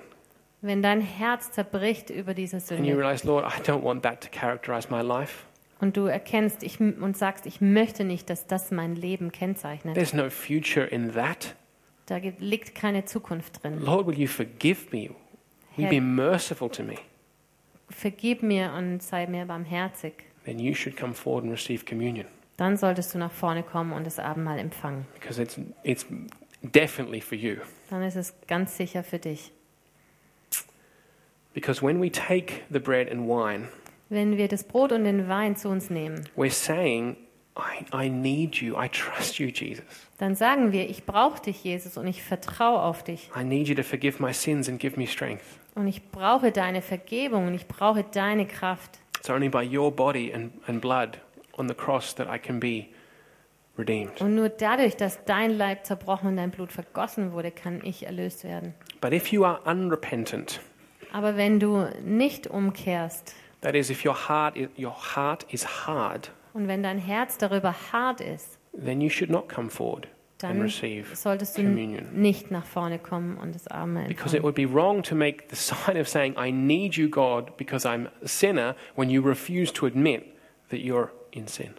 Wenn dein Herz zerbricht über diese
and you
Sünde
realize, Lord, I don't want that to characterize my life,
und du erkennst ich, und sagst, ich möchte nicht, dass das mein Leben kennzeichnet,
there's no future in that.
da gibt, liegt keine Zukunft drin.
Lord, will you forgive me? Will you be merciful to me?
Vergib mir und sei mir barmherzig.
Then you should come forward and receive communion
Dann solltest du nach vorne kommen und das Abendmahl empfangen.
because it's, it's definitely for you.
Dann ist es ganz sicher für dich.
Because when we take the bread and wine,
Wenn wir das Brot und den Wein zu uns nehmen,
We're saying, I, I need you. I trust you, Jesus.
dann sagen wir, ich brauche dich, Jesus, und ich vertraue auf dich.
I need you to forgive my sins and give me strength.
Und ich brauche deine Vergebung und ich brauche deine Kraft.
It's only by your body and, and blood on the cross that I can be redeemed.
Und nur dadurch, dass dein Leib zerbrochen und dein Blut vergossen wurde, kann ich erlöst werden.
But if you are unrepentant,
Aber wenn du nicht umkehrst
that is, if your heart is, your heart is hard,
und wenn dein Herz darüber hart ist,
then you should not come forward and
dann
receive
solltest du
communion.
nicht nach vorne kommen und das Abendmahl
Because
empfangen.
it would be wrong to make the sign of saying, I need you, God, because I'm a sinner, when you refuse to admit that you're in sin.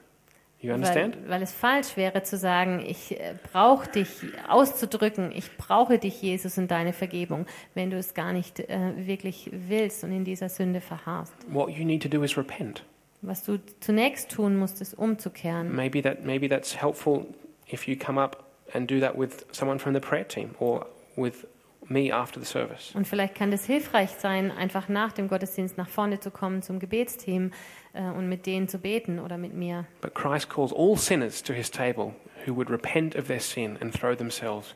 You understand?
Weil, weil es falsch wäre zu sagen, ich äh, brauche dich auszudrücken, ich brauche dich, Jesus, und deine Vergebung, wenn du es gar nicht äh, wirklich willst und in dieser Sünde verharrst.
What you need to do is repent.
Was du zunächst tun musst, ist umzukehren.
maybe that maybe that's helpful if you come up and do that with someone from the prayer team or with me after the service.
Und vielleicht kann es hilfreich sein, einfach nach dem Gottesdienst nach vorne zu kommen zum Gebetsteam äh, und mit denen zu beten oder mit mir.
But Christ calls all sinners to his table who would repent of their sin and throw themselves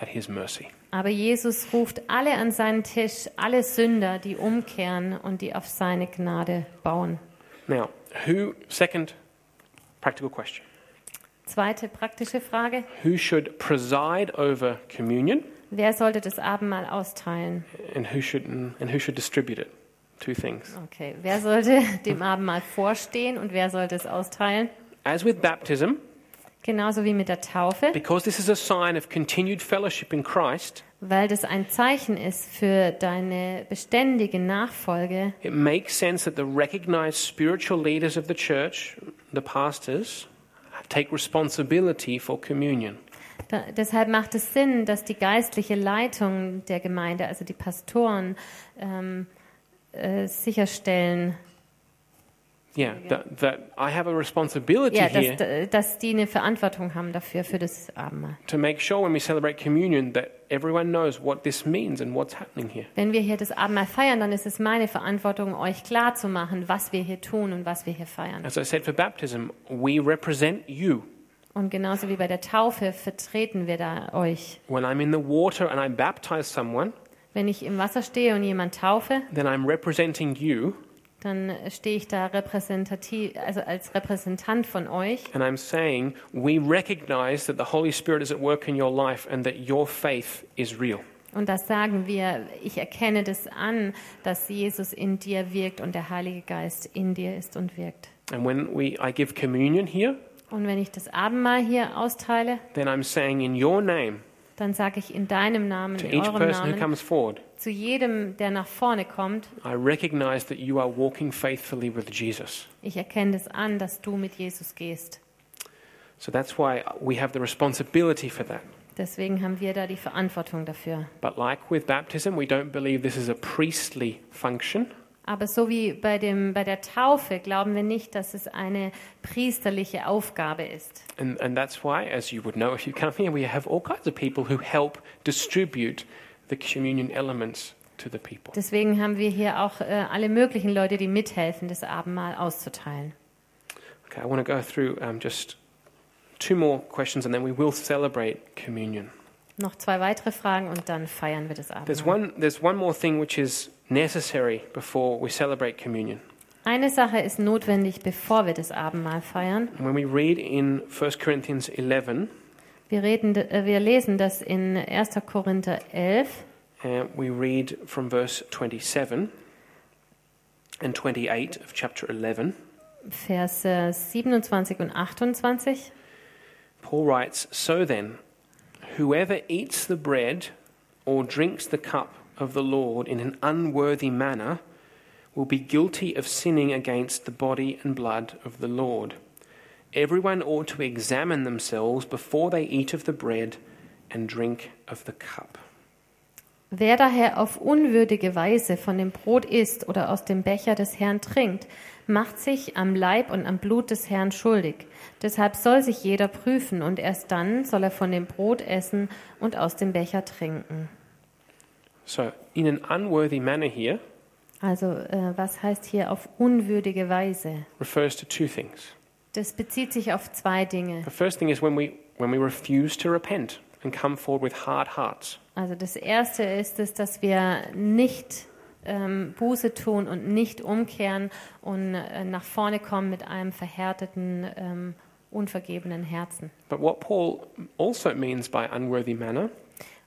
at his mercy.
Aber Jesus ruft alle an seinen Tisch, alle Sünder, die umkehren und die auf seine Gnade bauen.
Now, who second practical question.
Zweite praktische Frage.
Who should preside over communion
Wer sollte das Abendmahl austeilen?
and who should and who should distribute it? Two things.
Okay, wer sollte dem Abendmahl vorstehen und wer sollte es austeilen?
As with baptism,
genauso wie mit der Taufe,
Because this is a sign of continued fellowship in Christ,
weil das ein Zeichen ist für deine beständige Nachfolge,
it makes sense that the recognized spiritual leaders of the church, the pastors, take responsibility for communion.
Da, deshalb macht es Sinn, dass die geistliche Leitung der Gemeinde, also die Pastoren, ähm, äh, sicherstellen,
Yeah, That, that I have a responsibility
ja,
here
dass, dass die eine Verantwortung haben dafür, für das Abendmahl.
to make sure when we celebrate communion that everyone knows what this means and what's happening here.
Wenn wir hier das Abendmahl feiern, dann ist es meine Verantwortung, euch klarzumachen, was wir hier tun und was wir hier feiern.
As I said for baptism, we represent you.
Und genauso wie bei der Taufe vertreten wir da euch.
When I'm in the water and I baptize someone,
Wenn ich im Wasser stehe und jemand taufe,
then I'm representing you
dann stehe ich da repräsentativ, also als Repräsentant von euch.
And I'm saying we recognize that the Holy Spirit is at work in your life and that your faith is real.
Und das sagen wir, ich erkenne das an, dass Jesus in dir wirkt und der Heilige Geist in dir ist und wirkt.
And when we, I give communion here,
Und wenn ich das Abendmahl hier austeile,
then I'm saying in your name
dann sage ich in deinem Namen,
to
in
each
eurem
person who
Namen,
comes forward,
zu jedem, der nach vorne kommt,
I recognize that you are walking faithfully with Jesus.
ich erkenne das an, dass du mit Jesus gehst.
So that's why we have the responsibility for that.
Deswegen haben wir da die Verantwortung dafür.
But like with baptism, we don't believe this is a priestly function.
Aber so wie bei, dem, bei der Taufe glauben wir nicht, dass es eine priesterliche Aufgabe ist.
And, and that's why, as you would know if you come here, we have all kinds of people who help distribute the communion elements to the people.
Deswegen haben wir hier auch äh, alle möglichen Leute, die mithelfen, das Abendmahl auszuteilen.
Okay, I want to go through um, just two more questions and then we will celebrate communion.
Noch zwei weitere Fragen und dann feiern wir das
There's
Abendmahl.
one, there's one more thing which is necessary before we celebrate communion.
Eine Sache ist notwendig, bevor wir das Abendmahl feiern.
And When we read in 1 Corinthians 11,
Wir, reden, äh, wir lesen das in 1. Korinther 11,
uh, we read from verse 27 and 28 of chapter 11.
Verse 27 und 28.
Paul writes, So then, whoever eats the bread or drinks the cup of the Lord in an unworthy manner will be guilty of sinning against the body and blood of the Lord. Everyone ought to examine themselves before they eat of the bread and drink of the cup.
Wer daher auf unwürdige Weise von dem Brot isst oder aus dem Becher des Herrn trinkt, macht sich am Leib und am Blut des Herrn schuldig. Deshalb soll sich jeder prüfen und erst dann soll er von dem Brot essen und aus dem Becher trinken.
So, in an unworthy manner here
Also äh, was heißt hier auf unwürdige Weise?
refers to two things.
Das bezieht sich auf zwei Dinge.
The first thing is when we, when we refuse to repent and come forward with hard hearts.
Also das erste ist es, dass wir nicht ähm, Buße tun und nicht umkehren und äh, nach vorne kommen mit einem verhärteten, ähm, unvergebenen Herzen.
But what Paul also means by unworthy manner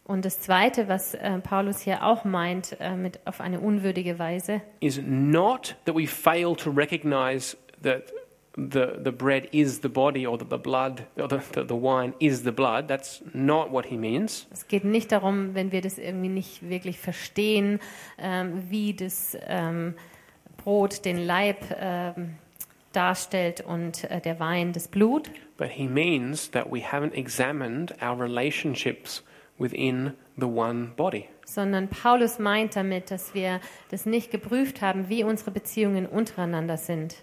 Und das zweite, was äh, Paulus hier auch meint, äh, mit auf eine unwürdige Weise,
is not that we fail to recognize that the, the bread is the body or that the blood or the, the, the wine is the blood. That's not what he means.
es geht nicht darum, wenn wir das irgendwie nicht wirklich verstehen, ähm, wie das ähm, Brot den Leib ähm, darstellt und äh, der Wein das Blut.
But he means that we haven't examined our relationships within the one body.
sondern Paulus meint damit, dass wir das nicht geprüft haben, wie unsere Beziehungen untereinander sind.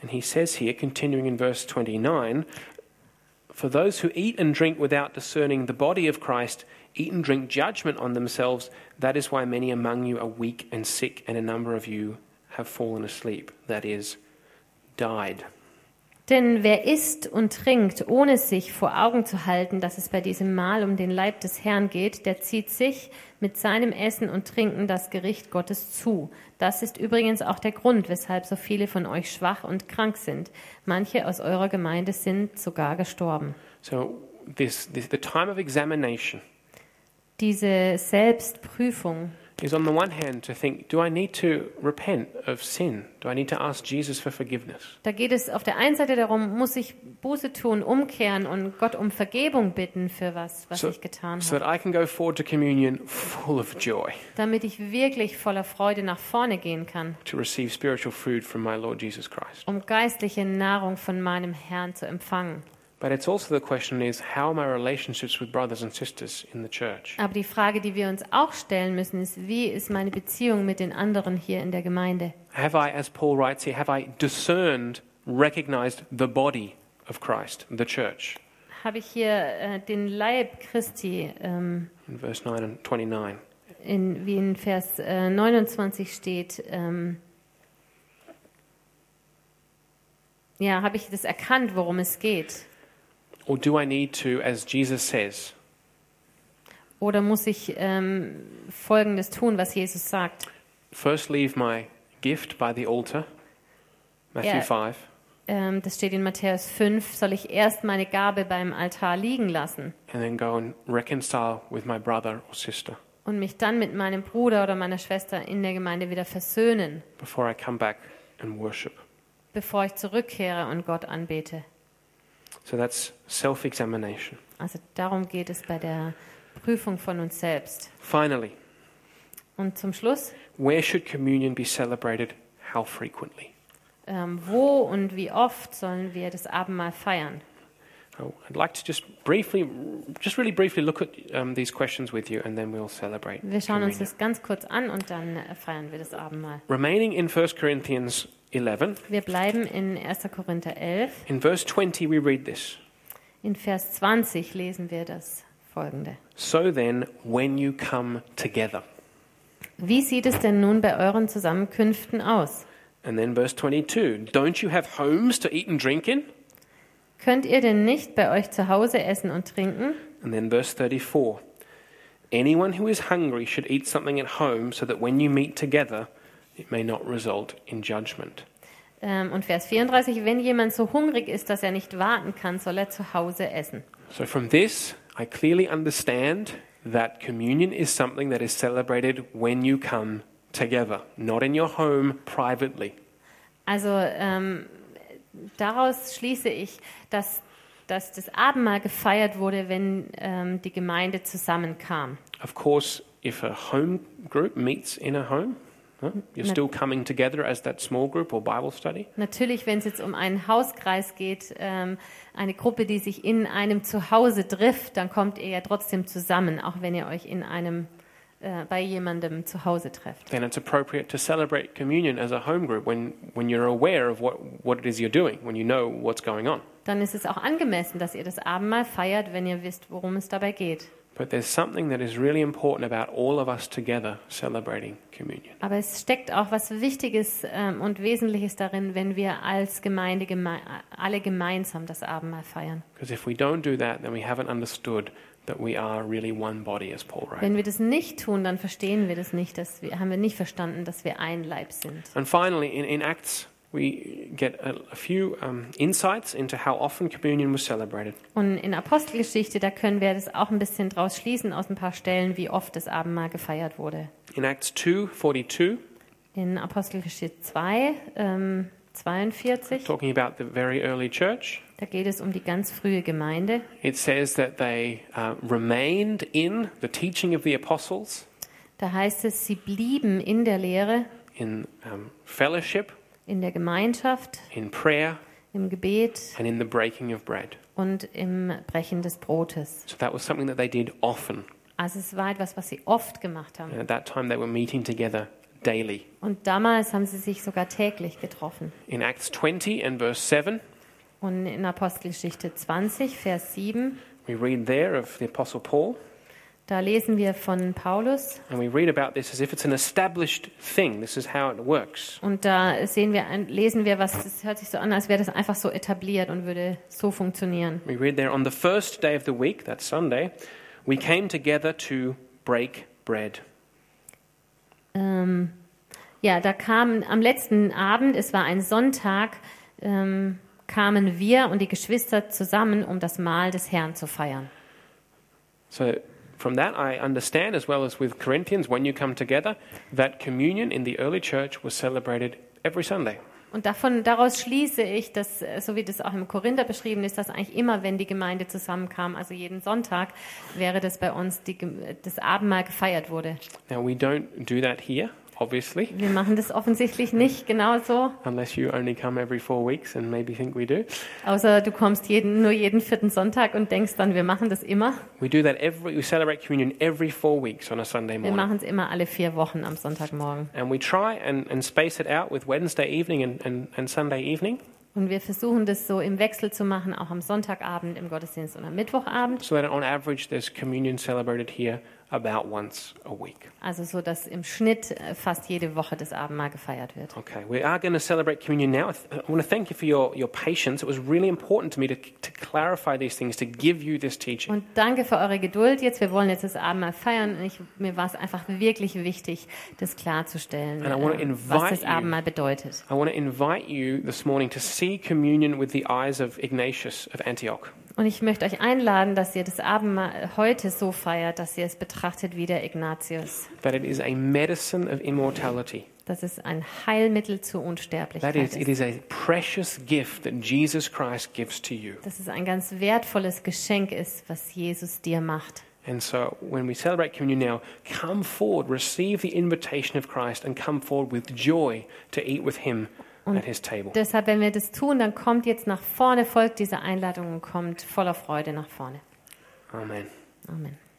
And he says here, continuing in verse 29, for those who eat and drink without discerning the body of Christ, eat and drink judgment on themselves. That is why many among you are weak and sick, and a number of you have fallen asleep. That is, died.
Denn wer isst und trinkt, ohne sich vor Augen zu halten, dass es bei diesem Mahl um den Leib des Herrn geht, der zieht sich mit seinem Essen und Trinken das Gericht Gottes zu. Das ist übrigens auch der Grund, weshalb so viele von euch schwach und krank sind. Manche aus eurer Gemeinde sind sogar gestorben.
So, this, this the time of examination
Diese Selbstprüfung,
is on the one hand to think, do I need to repent of sin? Do I need to ask Jesus for forgiveness?
Da geht es auf der einen Seite darum, muss ich Buße tun, umkehren und Gott um Vergebung bitten für was, was
So-
ich getan
So
habe,
that I can go forward to communion full of joy
damit ich wirklich voller Freude nach vorne gehen kann,
to receive spiritual food from my Lord Jesus Christ.
um geistliche Nahrung von meinem Herrn zu empfangen.
But it's also the question is, how are my relationships with brothers and sisters in the church?
Aber die Frage, die wir uns auch stellen müssen, ist, wie ist meine Beziehung mit den anderen hier in der Gemeinde?
Have I, as Paul writes here, have I discerned, recognized the body of Christ, the church?
Habe ich hier äh, den Leib Christi, ähm,
In verse 9 and 29.
in, wie in Vers äh, 29 steht, ähm, ja, habe ich das erkannt, worum es geht?
Or do I need to, as Jesus says,
Oder muss ich ähm, Folgendes tun, was Jesus sagt?
first leave my gift by the altar? Matthew
Yeah.
5.
Ähm, das steht in Matthäus 5, soll ich erst meine Gabe beim Altar liegen lassen
And then go and reconcile with my brother or sister
und mich dann mit meinem Bruder oder meiner Schwester in der Gemeinde wieder versöhnen,
before I come back and worship.
bevor ich zurückkehre und Gott anbete.
So that's self examination.
Also darum geht es bei der Prüfung von uns selbst.
Finally,
Und zum Schluss,
where should communion be celebrated? How frequently?
ähm, wo und wie oft sollen wir das Abendmahl feiern?
Oh, I'd like to just briefly, just really briefly look at um, these questions with you and then we'll celebrate.
Wir schauen uns
communion.
das ganz kurz an und dann äh, feiern wir das Abendmahl.
Remaining in 1 Corinthians 11,
Wir bleiben in 1. Korinther 11.
in verse 20 we read this.
In Vers 20 lesen wir das folgende.
So then, when you come together.
Wie sieht es denn nun bei euren Zusammenkünften aus?
And then verse 22, don't you have homes to eat and drink in?
Könnt ihr denn nicht bei euch zu Hause essen und trinken?
And then verse 34 Anyone who is hungry should eat something at home so that when you meet together, it may not result in judgment.
Ähm, Und Vers 34, wenn jemand so hungrig ist, dass er nicht warten kann, soll er zu Hause essen.
So, from this, I clearly understand that communion is something that is celebrated when you come together, not in your home privately.
Also ähm, daraus schließe ich, dass, dass das Abendmahl gefeiert wurde, wenn ähm, die Gemeinde zusammenkam.
Of course, if a home group meets in a home, huh, you're
No.
still coming together as that small group or Bible study.
Natürlich, wenn es jetzt um einen Hauskreis geht, ähm, eine Gruppe, die sich in einem Zuhause trifft, dann kommt ihr ja trotzdem zusammen, auch wenn ihr euch in einem äh, bei jemandem zu Hause trefft.
then it's appropriate to celebrate communion as a home group when, when you're aware of what, what it is you're doing, when you know what's going on.
Dann ist es auch angemessen, dass ihr das Abendmahl feiert, wenn ihr wisst, worum es dabei geht.
But there's something that is really important about all of us together celebrating communion.
Aber es steckt auch was Wichtiges ähm, und Wesentliches darin, wenn wir als Gemeinde geme alle gemeinsam das Abendmahl feiern.
Because if we don't do that, then we haven't understood that we are really one body, as Paul writes.
Wenn wir das nicht tun, dann verstehen wir das nicht, dass wir, haben wir nicht verstanden, dass wir ein Leib sind.
And finally, in, in Acts, we get a, a few um, insights into how often communion was celebrated.
Und in Apostelgeschichte, da können wir das auch ein bisschen draus schließen aus ein paar Stellen, wie oft das Abendmahl gefeiert wurde.
In Acts 2:42,
In Apostelgeschichte 2, ähm, 42,
talking about the very early church,
da geht es um die ganz frühe Gemeinde.
It says that they uh, remained in the teaching of the apostles,
Da heißt es, sie blieben in der Lehre,
in um, fellowship,
in der Gemeinschaft,
in prayer,
im Gebet
and in the breaking of bread.
und im Brechen des Brotes.
So that was something that they did often.
Also es war etwas, was sie oft gemacht haben.
And at that time, they were meeting together daily.
Und damals haben sie sich sogar täglich getroffen.
In Acts 20 and verse 7,
Und in Apostelgeschichte 20, Vers 7,
we read there of the apostle Paul,
da lesen wir von Paulus,
and we read about this as if it's an established thing. This is how it works.
Und da sehen wir, ein- lesen wir was, das hört sich so an, als wäre das einfach so etabliert und würde so funktionieren.
We read there on the first day of the week, that's Sunday, we came together to break bread.
Ähm, ja, da kamen am letzten Abend, es war ein Sonntag, ähm, kamen wir und die Geschwister zusammen, um das Mahl des Herrn zu feiern.
So From that, I understand, as well as with Corinthians, when you come together, that communion in the early church was celebrated every Sunday.
Und davon, daraus schließe ich, dass, äh, so wie das auch im Korinther beschrieben ist, dass eigentlich immer, wenn die Gemeinde zusammenkam, also jeden Sonntag, wäre das bei uns die, Gem- das Abendmahl gefeiert wurde.
Now, we don't do that here, obviously,
Wir machen das offensichtlich nicht genau genauso,
unless you only come every four weeks and maybe think we do.
außer du kommst jeden, nur jeden vierten Sonntag und denkst dann, wir machen das immer.
We do that every, we celebrate communion every four weeks on a Sunday
Wir
morning.
machen es immer alle vier Wochen am Sonntagmorgen.
And we try and, and space it out with Wednesday evening and, and, and Sunday evening
Und wir versuchen das so im Wechsel zu machen, auch am Sonntagabend im Gottesdienst und am Mittwochabend.
so that on average there's communion celebrated here about once a week.
Also so, dass im Schnitt äh, fast jede Woche das Abendmahl gefeiert wird.
Okay, we are going to celebrate communion now. I, th- I want to thank you for your, your patience. It was really important to me to, to clarify these things, to give you this teaching.
Und danke für eure Geduld jetzt. Wir wollen jetzt das Abendmahl feiern. Und ich, mir war es einfach wirklich wichtig, das klarzustellen,
And I wanna
äh,
invite
was das
you.
Abendmahl bedeutet.
I want to invite you this morning to see communion with the eyes of Ignatius of Antioch.
Und ich möchte euch einladen, dass ihr das Abendmahl heute so feiert, dass ihr es betrachtet wie der Ignatius.
That it is a medicine of immortality.
Dass es ein Heilmittel zur Unsterblichkeit
That is, it is
ist.
a precious gift that Jesus Christ gives to you.
Dass es ein ganz wertvolles Geschenk ist, was Jesus dir macht.
And so when we celebrate communion now, come forward, receive the invitation of Christ, and come forward with joy to eat with him at his table.
Deshalb, wenn wir das tun, dann kommt jetzt nach vorne, folgt dieser Einladung und kommt voller Freude nach vorne.
Amen.
Amen.